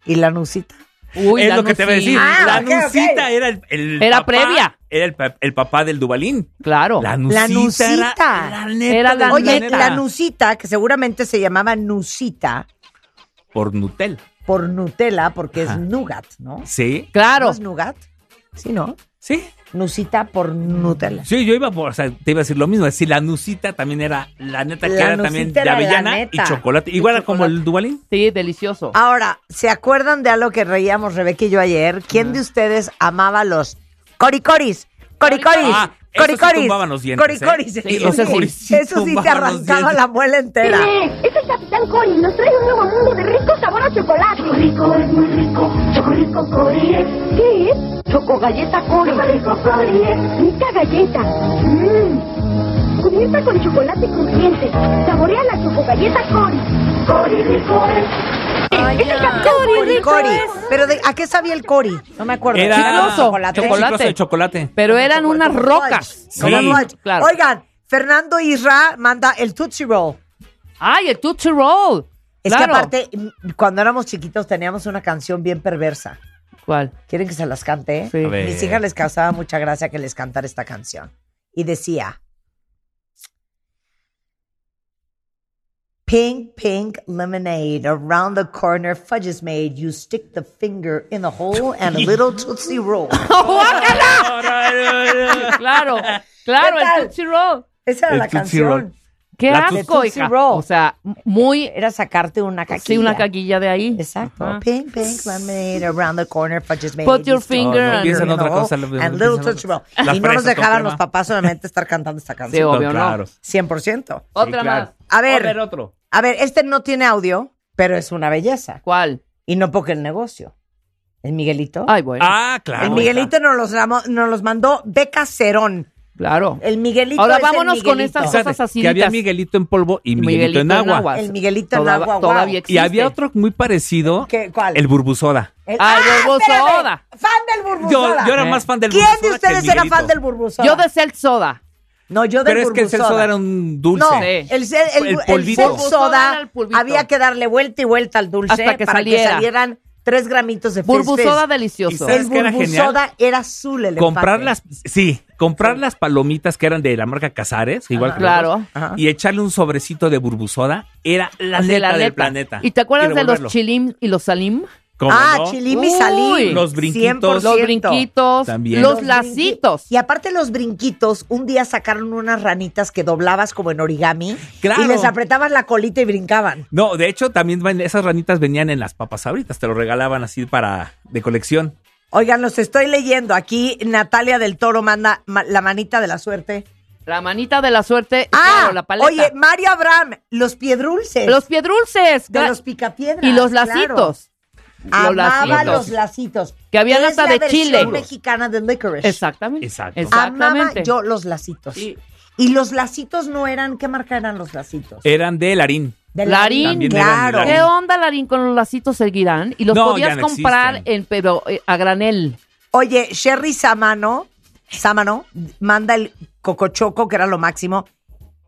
Speaker 1: ¿Y la nucita?
Speaker 2: Uy,
Speaker 3: es
Speaker 2: la
Speaker 3: lo que te voy a decir.
Speaker 1: nucita. Ah,
Speaker 3: la
Speaker 1: ok, ok.
Speaker 3: nucita era el, el
Speaker 2: Era
Speaker 3: papá-
Speaker 2: previa.
Speaker 3: Era el, pa- el papá del Dubalín.
Speaker 2: Claro.
Speaker 3: La nucita.
Speaker 1: La nucita.
Speaker 3: Era, la neta
Speaker 2: Era
Speaker 3: de
Speaker 2: la
Speaker 1: Oye,
Speaker 3: neta.
Speaker 1: la nucita, que seguramente se llamaba nucita
Speaker 3: Por Nutel.
Speaker 1: por Nutella, porque
Speaker 3: Ajá.
Speaker 1: es nougat, ¿no?
Speaker 3: Sí.
Speaker 1: ¿No
Speaker 2: Claro.
Speaker 1: es nougat? Sí, ¿no?
Speaker 3: Sí.
Speaker 1: Nucita por Nutella.
Speaker 3: Sí, yo iba por, o sea, te iba a decir lo mismo. Es decir, la nucita también era la neta que
Speaker 1: La
Speaker 3: era también
Speaker 1: nucita
Speaker 3: de
Speaker 1: era la
Speaker 3: avellana y
Speaker 1: neta.
Speaker 3: chocolate. Igual era como el Dubalín.
Speaker 2: Sí, delicioso.
Speaker 1: Ahora, ¿se acuerdan de algo que reíamos Rebeca y yo ayer? ¿Quién de ustedes amaba los coricoris? Coricoris,
Speaker 3: Ah, esos sí
Speaker 1: coricoris,
Speaker 3: tumbaban los dientes,
Speaker 1: coricoris.
Speaker 3: ¿eh? Sí,
Speaker 1: Eso
Speaker 3: los
Speaker 1: sí,
Speaker 3: coricoris sí
Speaker 1: eso sí te
Speaker 3: tumbaban los
Speaker 1: arrancaba
Speaker 3: dientes.
Speaker 1: la muela entera.
Speaker 4: Inés, es el Capitán Cori. Nos trae un nuevo mundo de rico sabor a chocolate. rico, es muy rico. Chocorico Cori es. ¿Qué es? Choco ¿eh? galleta Cori. Chocorico Cori es. Rica galleta. Mmm. Cubierta con chocolate crujiente. Saborea la choco galleta Cori. Cori rico ¿eh? es. es el Capitán Cori rico
Speaker 1: Cori.
Speaker 4: es.
Speaker 1: Pero de- ¿a qué sabía el cori? No me acuerdo.
Speaker 3: Era
Speaker 2: Chicloso.
Speaker 3: chocolate.
Speaker 2: Chocolate.
Speaker 1: [LAUGHS]
Speaker 3: de chocolate.
Speaker 2: Pero eran unas rocas.
Speaker 3: Sí.
Speaker 1: Como Roach.
Speaker 2: Claro.
Speaker 1: Oigan, Fernando Isra manda el Tootsie Roll.
Speaker 2: Ay, el Tootsie Roll.
Speaker 1: Es
Speaker 2: Claro.
Speaker 1: que aparte, m- cuando éramos chiquitos teníamos una canción bien perversa.
Speaker 2: ¿Cuál?
Speaker 1: ¿Quieren que se las cante?
Speaker 2: Sí. A [LAUGHS]
Speaker 3: ver.
Speaker 1: Mis hijas les causaba mucha gracia que les cantara esta canción. Y decía... Pink, pink lemonade. Around the corner, fudge is made. You stick the finger in the hole and a little
Speaker 2: [LAUGHS]
Speaker 1: Tootsie Roll.
Speaker 2: ¡Guácala! claro, claro,
Speaker 1: ¿Qué tal?
Speaker 2: el Tootsie Roll.
Speaker 1: Esa era
Speaker 3: El
Speaker 1: la
Speaker 3: Tootsie
Speaker 1: canción.
Speaker 3: Roll.
Speaker 2: Qué
Speaker 3: La
Speaker 2: asco,
Speaker 3: Tootsie
Speaker 2: hija.
Speaker 1: Roll.
Speaker 2: O sea, muy...
Speaker 1: Era sacarte una caquilla.
Speaker 2: Sí, una caquilla de ahí. Exacto.
Speaker 1: Pink, pink lemonade around the corner, but just made
Speaker 2: Put your
Speaker 1: it
Speaker 2: finger
Speaker 1: strong,
Speaker 2: and- Piensa en
Speaker 1: you
Speaker 2: otra
Speaker 1: know,
Speaker 2: cosa,
Speaker 1: And
Speaker 2: Lupita, no
Speaker 1: little
Speaker 2: piensa en
Speaker 1: touch
Speaker 2: otra
Speaker 1: roll.
Speaker 2: cosa. La
Speaker 1: Y no nos
Speaker 2: fresa con
Speaker 1: dejaban
Speaker 2: crema.
Speaker 1: los papás solamente estar cantando esta canción.
Speaker 2: obvio, no. claro.
Speaker 1: 100%.
Speaker 2: Otra más.
Speaker 1: A ver,
Speaker 2: A ver, otro.
Speaker 1: a ver, este no tiene audio, pero es una belleza.
Speaker 2: ¿Cuál?
Speaker 1: Y no porque el negocio. ¿El Miguelito?
Speaker 2: Ay, bueno.
Speaker 3: Ah, claro.
Speaker 1: El Miguelito nos los, lamo- nos los mandó Beca Cerón.
Speaker 2: Claro.
Speaker 1: El Miguelito
Speaker 2: Ahora
Speaker 1: es el
Speaker 2: vámonos con
Speaker 1: Miguelito.
Speaker 2: estas cosas así.
Speaker 3: Que había Miguelito en polvo y Miguelito, en agua.
Speaker 1: El Miguelito en
Speaker 2: Toda-
Speaker 1: agua. guau.
Speaker 2: todavía existe.
Speaker 3: Y había otro muy parecido.
Speaker 1: ¿Qué- ¿Cuál?
Speaker 3: El burbusoda.
Speaker 1: El-
Speaker 2: Ah, el
Speaker 1: espérame!
Speaker 2: Burbusoda.
Speaker 1: Fan del Burbusoda.
Speaker 3: Yo- yo era más fan del
Speaker 1: ¿Quién
Speaker 3: Burbusoda
Speaker 1: de
Speaker 3: que el
Speaker 1: ustedes era
Speaker 3: Miguelito?
Speaker 1: fan del Burbusoda?
Speaker 2: Yo de Celt Soda.
Speaker 1: No, yo del
Speaker 3: Pero es que el cel
Speaker 1: Burbusoda.
Speaker 3: soda era un dulce.
Speaker 1: No, el, cel- el- el
Speaker 3: polvito.
Speaker 1: cel
Speaker 2: Burbusoda era
Speaker 1: soda
Speaker 2: el polvito.
Speaker 1: había que darle vuelta y vuelta al dulce
Speaker 2: Hasta que
Speaker 1: para que
Speaker 2: saliera.
Speaker 1: salieran tres gramitos de fizz,
Speaker 2: Burbusoda
Speaker 1: fizz.
Speaker 3: ¿Y
Speaker 2: delicioso.
Speaker 3: sabes
Speaker 1: El
Speaker 3: qué era genial?
Speaker 1: Burbusoda era azul el
Speaker 3: comprar
Speaker 1: empaque.
Speaker 3: las sí comprar las palomitas que eran de la marca Casares igual que
Speaker 2: Claro.
Speaker 3: nosotros, y echarle un sobrecito de burbusoda era la
Speaker 2: De
Speaker 3: neta
Speaker 2: la
Speaker 3: del
Speaker 2: neta.
Speaker 3: planeta
Speaker 2: ¿Y te acuerdas
Speaker 3: Y
Speaker 2: de los
Speaker 3: revolverlo.
Speaker 2: chilim y los salim?
Speaker 3: ¿Cómo
Speaker 1: ah,
Speaker 3: no?
Speaker 1: chilim y
Speaker 2: Uy.
Speaker 1: salim.
Speaker 3: Los brinquitos.
Speaker 1: 100%.
Speaker 2: Los brinquitos,
Speaker 3: También.
Speaker 2: los
Speaker 1: Los
Speaker 2: lacitos.
Speaker 1: Y aparte los brinquitos, un día sacaron unas ranitas que doblabas como en origami
Speaker 3: Claro.
Speaker 1: y les apretabas la colita y brincaban.
Speaker 3: no de hecho también van- esas ranitas venían en las papas ahorita te lo regalaban así para de colección
Speaker 1: Oigan, los estoy leyendo. Aquí Natalia del Toro manda ma- la manita de la suerte.
Speaker 2: La manita de la suerte.
Speaker 1: Ah,
Speaker 2: claro, la paleta.
Speaker 1: oye, Mario Abraham, los piedrulces.
Speaker 2: los piedrulces.
Speaker 1: de
Speaker 2: gra-
Speaker 1: los picapiedras.
Speaker 2: y los
Speaker 1: claro.
Speaker 2: lacitos. Los
Speaker 1: Amaba
Speaker 2: lacitos.
Speaker 1: los lacitos.
Speaker 2: Que habían
Speaker 1: es
Speaker 2: hasta
Speaker 1: la
Speaker 2: de
Speaker 1: versión
Speaker 2: chile.
Speaker 1: mexicana de licorice.
Speaker 2: Exactamente.
Speaker 3: Exacto.
Speaker 1: Amaba
Speaker 2: Exactamente.
Speaker 1: yo los lacitos.
Speaker 2: Sí.
Speaker 1: Y los lacitos no eran, ¿qué marca eran los lacitos?
Speaker 3: eran de Eh,
Speaker 2: [LAUGHS]
Speaker 3: Larín
Speaker 1: De
Speaker 2: Larín,
Speaker 3: También eran de
Speaker 1: claro.
Speaker 3: Larín.
Speaker 2: ¿Qué onda, Larín, con los lacitos seguirán? Y los
Speaker 3: No,
Speaker 2: podías
Speaker 3: ya no
Speaker 2: comprar
Speaker 3: existen.
Speaker 2: en, pero eh, a granel.
Speaker 1: Oye, Sherry Samano, Samano, manda el cocochoco, que era lo máximo,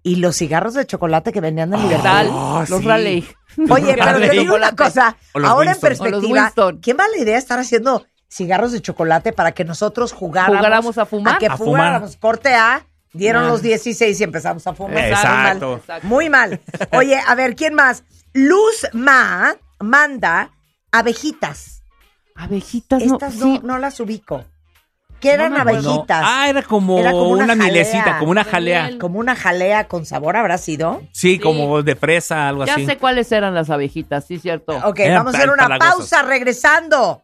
Speaker 1: y los cigarros de chocolate que vendían en
Speaker 2: ¿Qué
Speaker 1: Liverpool.
Speaker 2: tal?
Speaker 3: Oh,
Speaker 2: los
Speaker 3: sí.
Speaker 2: Raleigh.
Speaker 1: Oye, pero te
Speaker 3: Dale.
Speaker 1: digo una cosa,
Speaker 3: O los
Speaker 1: ahora
Speaker 3: Winston.
Speaker 1: en
Speaker 2: O los
Speaker 1: perspectiva,
Speaker 2: Winston.
Speaker 1: qué mala idea estar haciendo cigarros de chocolate para que nosotros jugáramos,
Speaker 2: Jugáramos a fumar.
Speaker 1: que
Speaker 3: A fumar.
Speaker 1: fumáramos. Corte A, dieron
Speaker 2: Ah.
Speaker 1: los 16 y empezamos a fumar.
Speaker 3: Exacto.
Speaker 1: Muy mal. Muy mal. Oye, a ver, ¿quién más? Luz Ma manda abejitas.
Speaker 2: Abejitas, no.
Speaker 1: Estas no,
Speaker 2: sí.
Speaker 1: no las ubico. ¿Qué eran
Speaker 2: me acuerdo.
Speaker 1: abejitas?
Speaker 3: Pues No. ah era como,
Speaker 1: Era como una
Speaker 3: una,
Speaker 1: jalea.
Speaker 3: milecita como una
Speaker 2: De
Speaker 3: jalea
Speaker 2: miel.
Speaker 1: Como una jalea con sabor habrá sido.
Speaker 3: sí, como de fresa algo
Speaker 2: Ya
Speaker 3: así
Speaker 2: sé cuáles eran las abejitas, sí, cierto.
Speaker 1: Ok,
Speaker 3: Eran
Speaker 1: vamos a hacer una
Speaker 3: empalagosos.
Speaker 1: pausa regresando.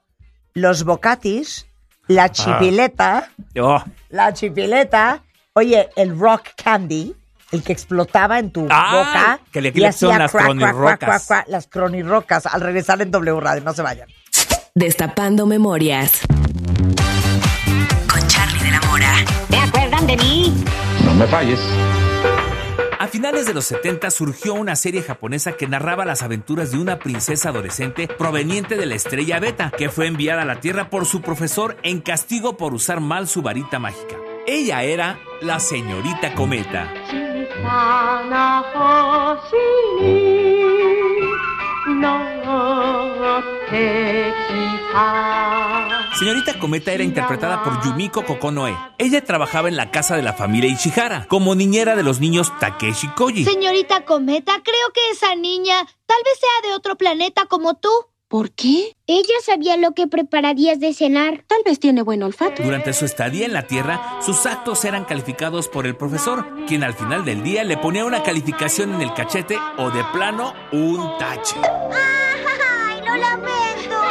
Speaker 1: Los bocatis,
Speaker 3: Ah.
Speaker 1: la chipileta,
Speaker 3: Oh.
Speaker 1: la chipileta, oye, el rock candy, el que explotaba en tu
Speaker 3: Ah,
Speaker 1: boca.
Speaker 3: que le
Speaker 1: y hacía
Speaker 3: son las
Speaker 1: crack, crack,
Speaker 3: cronirrocas.
Speaker 1: crack, crack, crack, las cronirrocas al regresar en W Radio, no se vayan.
Speaker 9: Destapando memorias. Con Charlie de la Mora.
Speaker 4: ¿Te acuerdan de mí?
Speaker 11: No me falles.
Speaker 3: A finales de los 70 surgió una serie japonesa que narraba las aventuras de una princesa adolescente proveniente de la estrella Beta, que fue enviada a la Tierra por su profesor en castigo por usar mal su varita mágica. Ella era la señorita Cometa. Señorita Cometa era interpretada por Yumiko Kokonoe. Ella trabajaba en la casa de la familia Ichihara, como niñera de los niños Takeshi Koji.
Speaker 4: Señorita Cometa, creo que esa niña tal vez sea de otro planeta como tú.
Speaker 9: ¿Por qué?
Speaker 4: Ella sabía lo que prepararías de cenar.
Speaker 9: Tal vez tiene buen olfato.
Speaker 3: Durante su estadía en la Tierra, sus actos eran calificados por el profesor, quien al final del día le ponía una calificación en el cachete o de plano un tache.
Speaker 4: ¡Ay, lo lamento! [LAUGHS]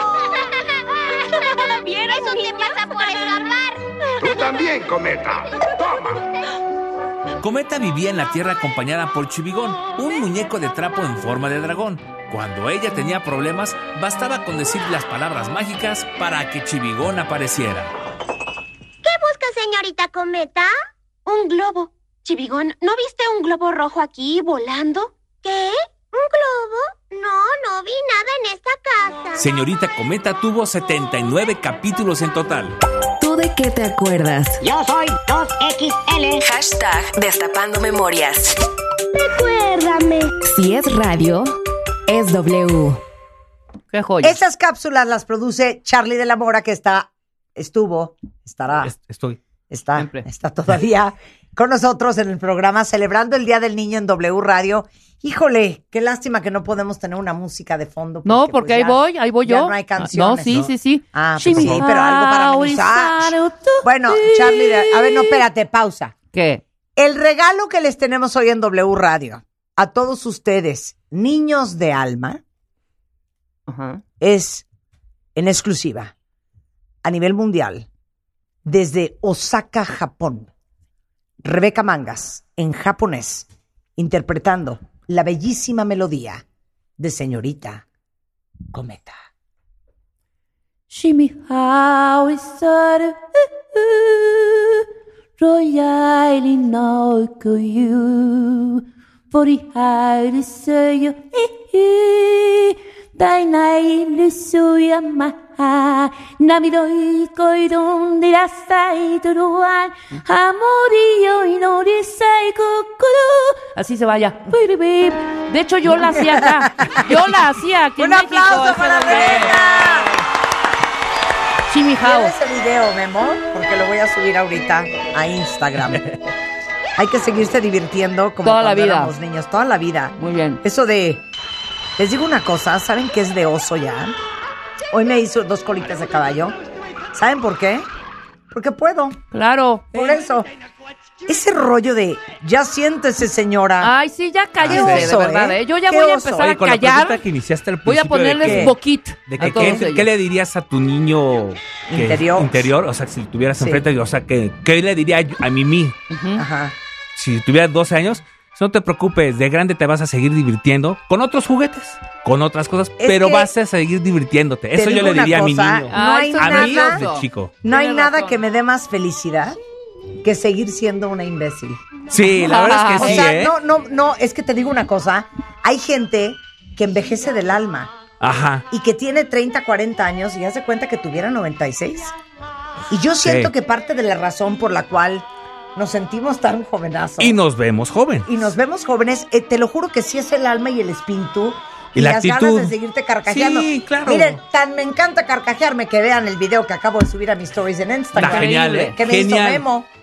Speaker 4: Eso te pasa por escapar.
Speaker 10: Tú también, cometa. Toma.
Speaker 3: Cometa vivía en la Tierra acompañada por Chivigón, un muñeco de trapo en forma de dragón. Cuando ella tenía problemas, bastaba con decir las palabras mágicas para que Chivigón apareciera.
Speaker 4: ¿Qué busca, señorita Cometa?
Speaker 9: Un globo. Chivigón, ¿no viste un globo rojo aquí volando?
Speaker 4: ¿Qué? ¿Un globo? No, no vi nada en esta casa.
Speaker 3: Señorita Cometa tuvo 79 capítulos en total.
Speaker 9: ¿Tú de qué te acuerdas?
Speaker 15: Yo soy 2XL.
Speaker 9: Hashtag Destapando memorias.
Speaker 4: Recuérdame.
Speaker 9: Si es radio, es W.
Speaker 2: Qué joya.
Speaker 1: Esas cápsulas las produce Charlie de la Mora, que está, estuvo,
Speaker 2: Ah,
Speaker 1: estará,
Speaker 3: Es- Estoy.
Speaker 1: está,
Speaker 2: siempre.
Speaker 1: está
Speaker 2: [LAUGHS]
Speaker 1: todavía con nosotros en el programa celebrando el Día del Niño en W Radio. Híjole, qué lástima que no podemos tener una música de fondo.
Speaker 2: No,
Speaker 1: pues,
Speaker 2: porque ahí
Speaker 1: ya-
Speaker 2: voy, ahí voy
Speaker 1: ya
Speaker 2: yo.
Speaker 1: no hay
Speaker 2: Ah,
Speaker 1: canciones,
Speaker 2: No, sí,
Speaker 1: ¿no?
Speaker 2: sí, sí.
Speaker 1: Ah, pues sí, pero algo para amenizar. Bueno, Charlie, de- a ver, no, espérate, pausa.
Speaker 2: ¿Qué?
Speaker 1: El regalo que les tenemos hoy en W Radio a todos ustedes, niños de alma, es en exclusiva a nivel mundial desde Osaka, Japón. Rebeca Mangas en japonés interpretando la bellísima melodía de señorita Cometa.
Speaker 21: Shimmy how is sort uh, Royal no you For the high so you eh, Dainai lusuya maha Namiroi koidon de la sai turuan Amorio inori sai kokoro
Speaker 2: Así se vaya. De hecho, yo la hacía acá. Yo la hacía aquí.
Speaker 1: Un aplauso para Rebeca.
Speaker 2: Chimijao.
Speaker 1: ¿Quieres el video, Memo? Porque lo voy a subir ahorita a Instagram. [LAUGHS] Hay que seguirse divirtiendo como
Speaker 2: Toda la
Speaker 1: cuando
Speaker 2: vida.
Speaker 1: éramos niños, toda la vida.
Speaker 2: Muy bien.
Speaker 1: Eso de. Les digo una cosa, ¿saben qué es de oso ya? Hoy me hizo dos colitas de caballo. ¿Saben por qué? Porque puedo.
Speaker 2: Claro.
Speaker 1: Por eso. Ese rollo de ya siéntese, señora.
Speaker 2: Ay, sí, ya cállese,
Speaker 1: Qué oso,
Speaker 2: de verdad,
Speaker 1: ¿eh?
Speaker 2: ¿eh? Yo ya
Speaker 1: Qué
Speaker 2: voy a
Speaker 1: oso.
Speaker 2: empezar
Speaker 3: Oye,
Speaker 2: a
Speaker 3: con la pregunta
Speaker 2: callar.
Speaker 3: que iniciaste al
Speaker 2: Voy a
Speaker 3: principio de
Speaker 2: ponerles
Speaker 3: que-
Speaker 2: boquit
Speaker 3: de
Speaker 2: a
Speaker 3: que,
Speaker 2: todos
Speaker 3: ¿qué,
Speaker 2: ellos.
Speaker 3: qué le dirías a tu niño que-
Speaker 1: Interior.
Speaker 3: interior? O sea, si lo tuvieras
Speaker 1: Sí.
Speaker 3: enfrente, de- o sea, que, ¿qué le diría yo- a Mimi?
Speaker 1: Ajá.
Speaker 3: Si tuvieras 12 años, no te preocupes, de grande te vas a seguir divirtiendo con otros juguetes, con otras cosas,
Speaker 1: Es
Speaker 3: pero
Speaker 1: que-
Speaker 3: vas a seguir divirtiéndote.
Speaker 1: Te
Speaker 3: Eso yo
Speaker 1: digo
Speaker 3: le
Speaker 1: una
Speaker 3: diría a mi
Speaker 1: cosa,
Speaker 3: niño.
Speaker 1: no hay
Speaker 3: a mí
Speaker 1: nada-
Speaker 3: desde chico.
Speaker 1: No hay
Speaker 2: Ah, Tiene
Speaker 1: nada
Speaker 2: razón.
Speaker 1: que me dé más felicidad que seguir siendo una imbécil.
Speaker 3: Sí, la verdad es
Speaker 1: [LAUGHS]
Speaker 3: que
Speaker 1: o
Speaker 3: sí,
Speaker 1: sea,
Speaker 3: ¿eh?
Speaker 1: no, no, no, es que te digo una cosa, hay gente que envejece del alma
Speaker 3: Ajá.
Speaker 1: y que tiene 30, 40 años y hace cuenta que tuviera 96. Y yo siento
Speaker 3: Sí.
Speaker 1: que parte de la razón por la cual nos sentimos tan jovenazos
Speaker 3: Y nos vemos joven.
Speaker 1: y nos vemos jóvenes, eh, te lo juro que sí es el alma y el espíritu.
Speaker 3: Y
Speaker 1: Y,
Speaker 3: la
Speaker 1: las
Speaker 3: actitud.
Speaker 1: ganas de seguirte carcajeando.
Speaker 3: Sí, claro.
Speaker 1: Miren, tan me encanta carcajearme que vean el video que acabo de subir a mis stories en Instagram.
Speaker 3: Está genial, ¿eh?
Speaker 1: Que me hizo
Speaker 3: Genial.
Speaker 1: Memo.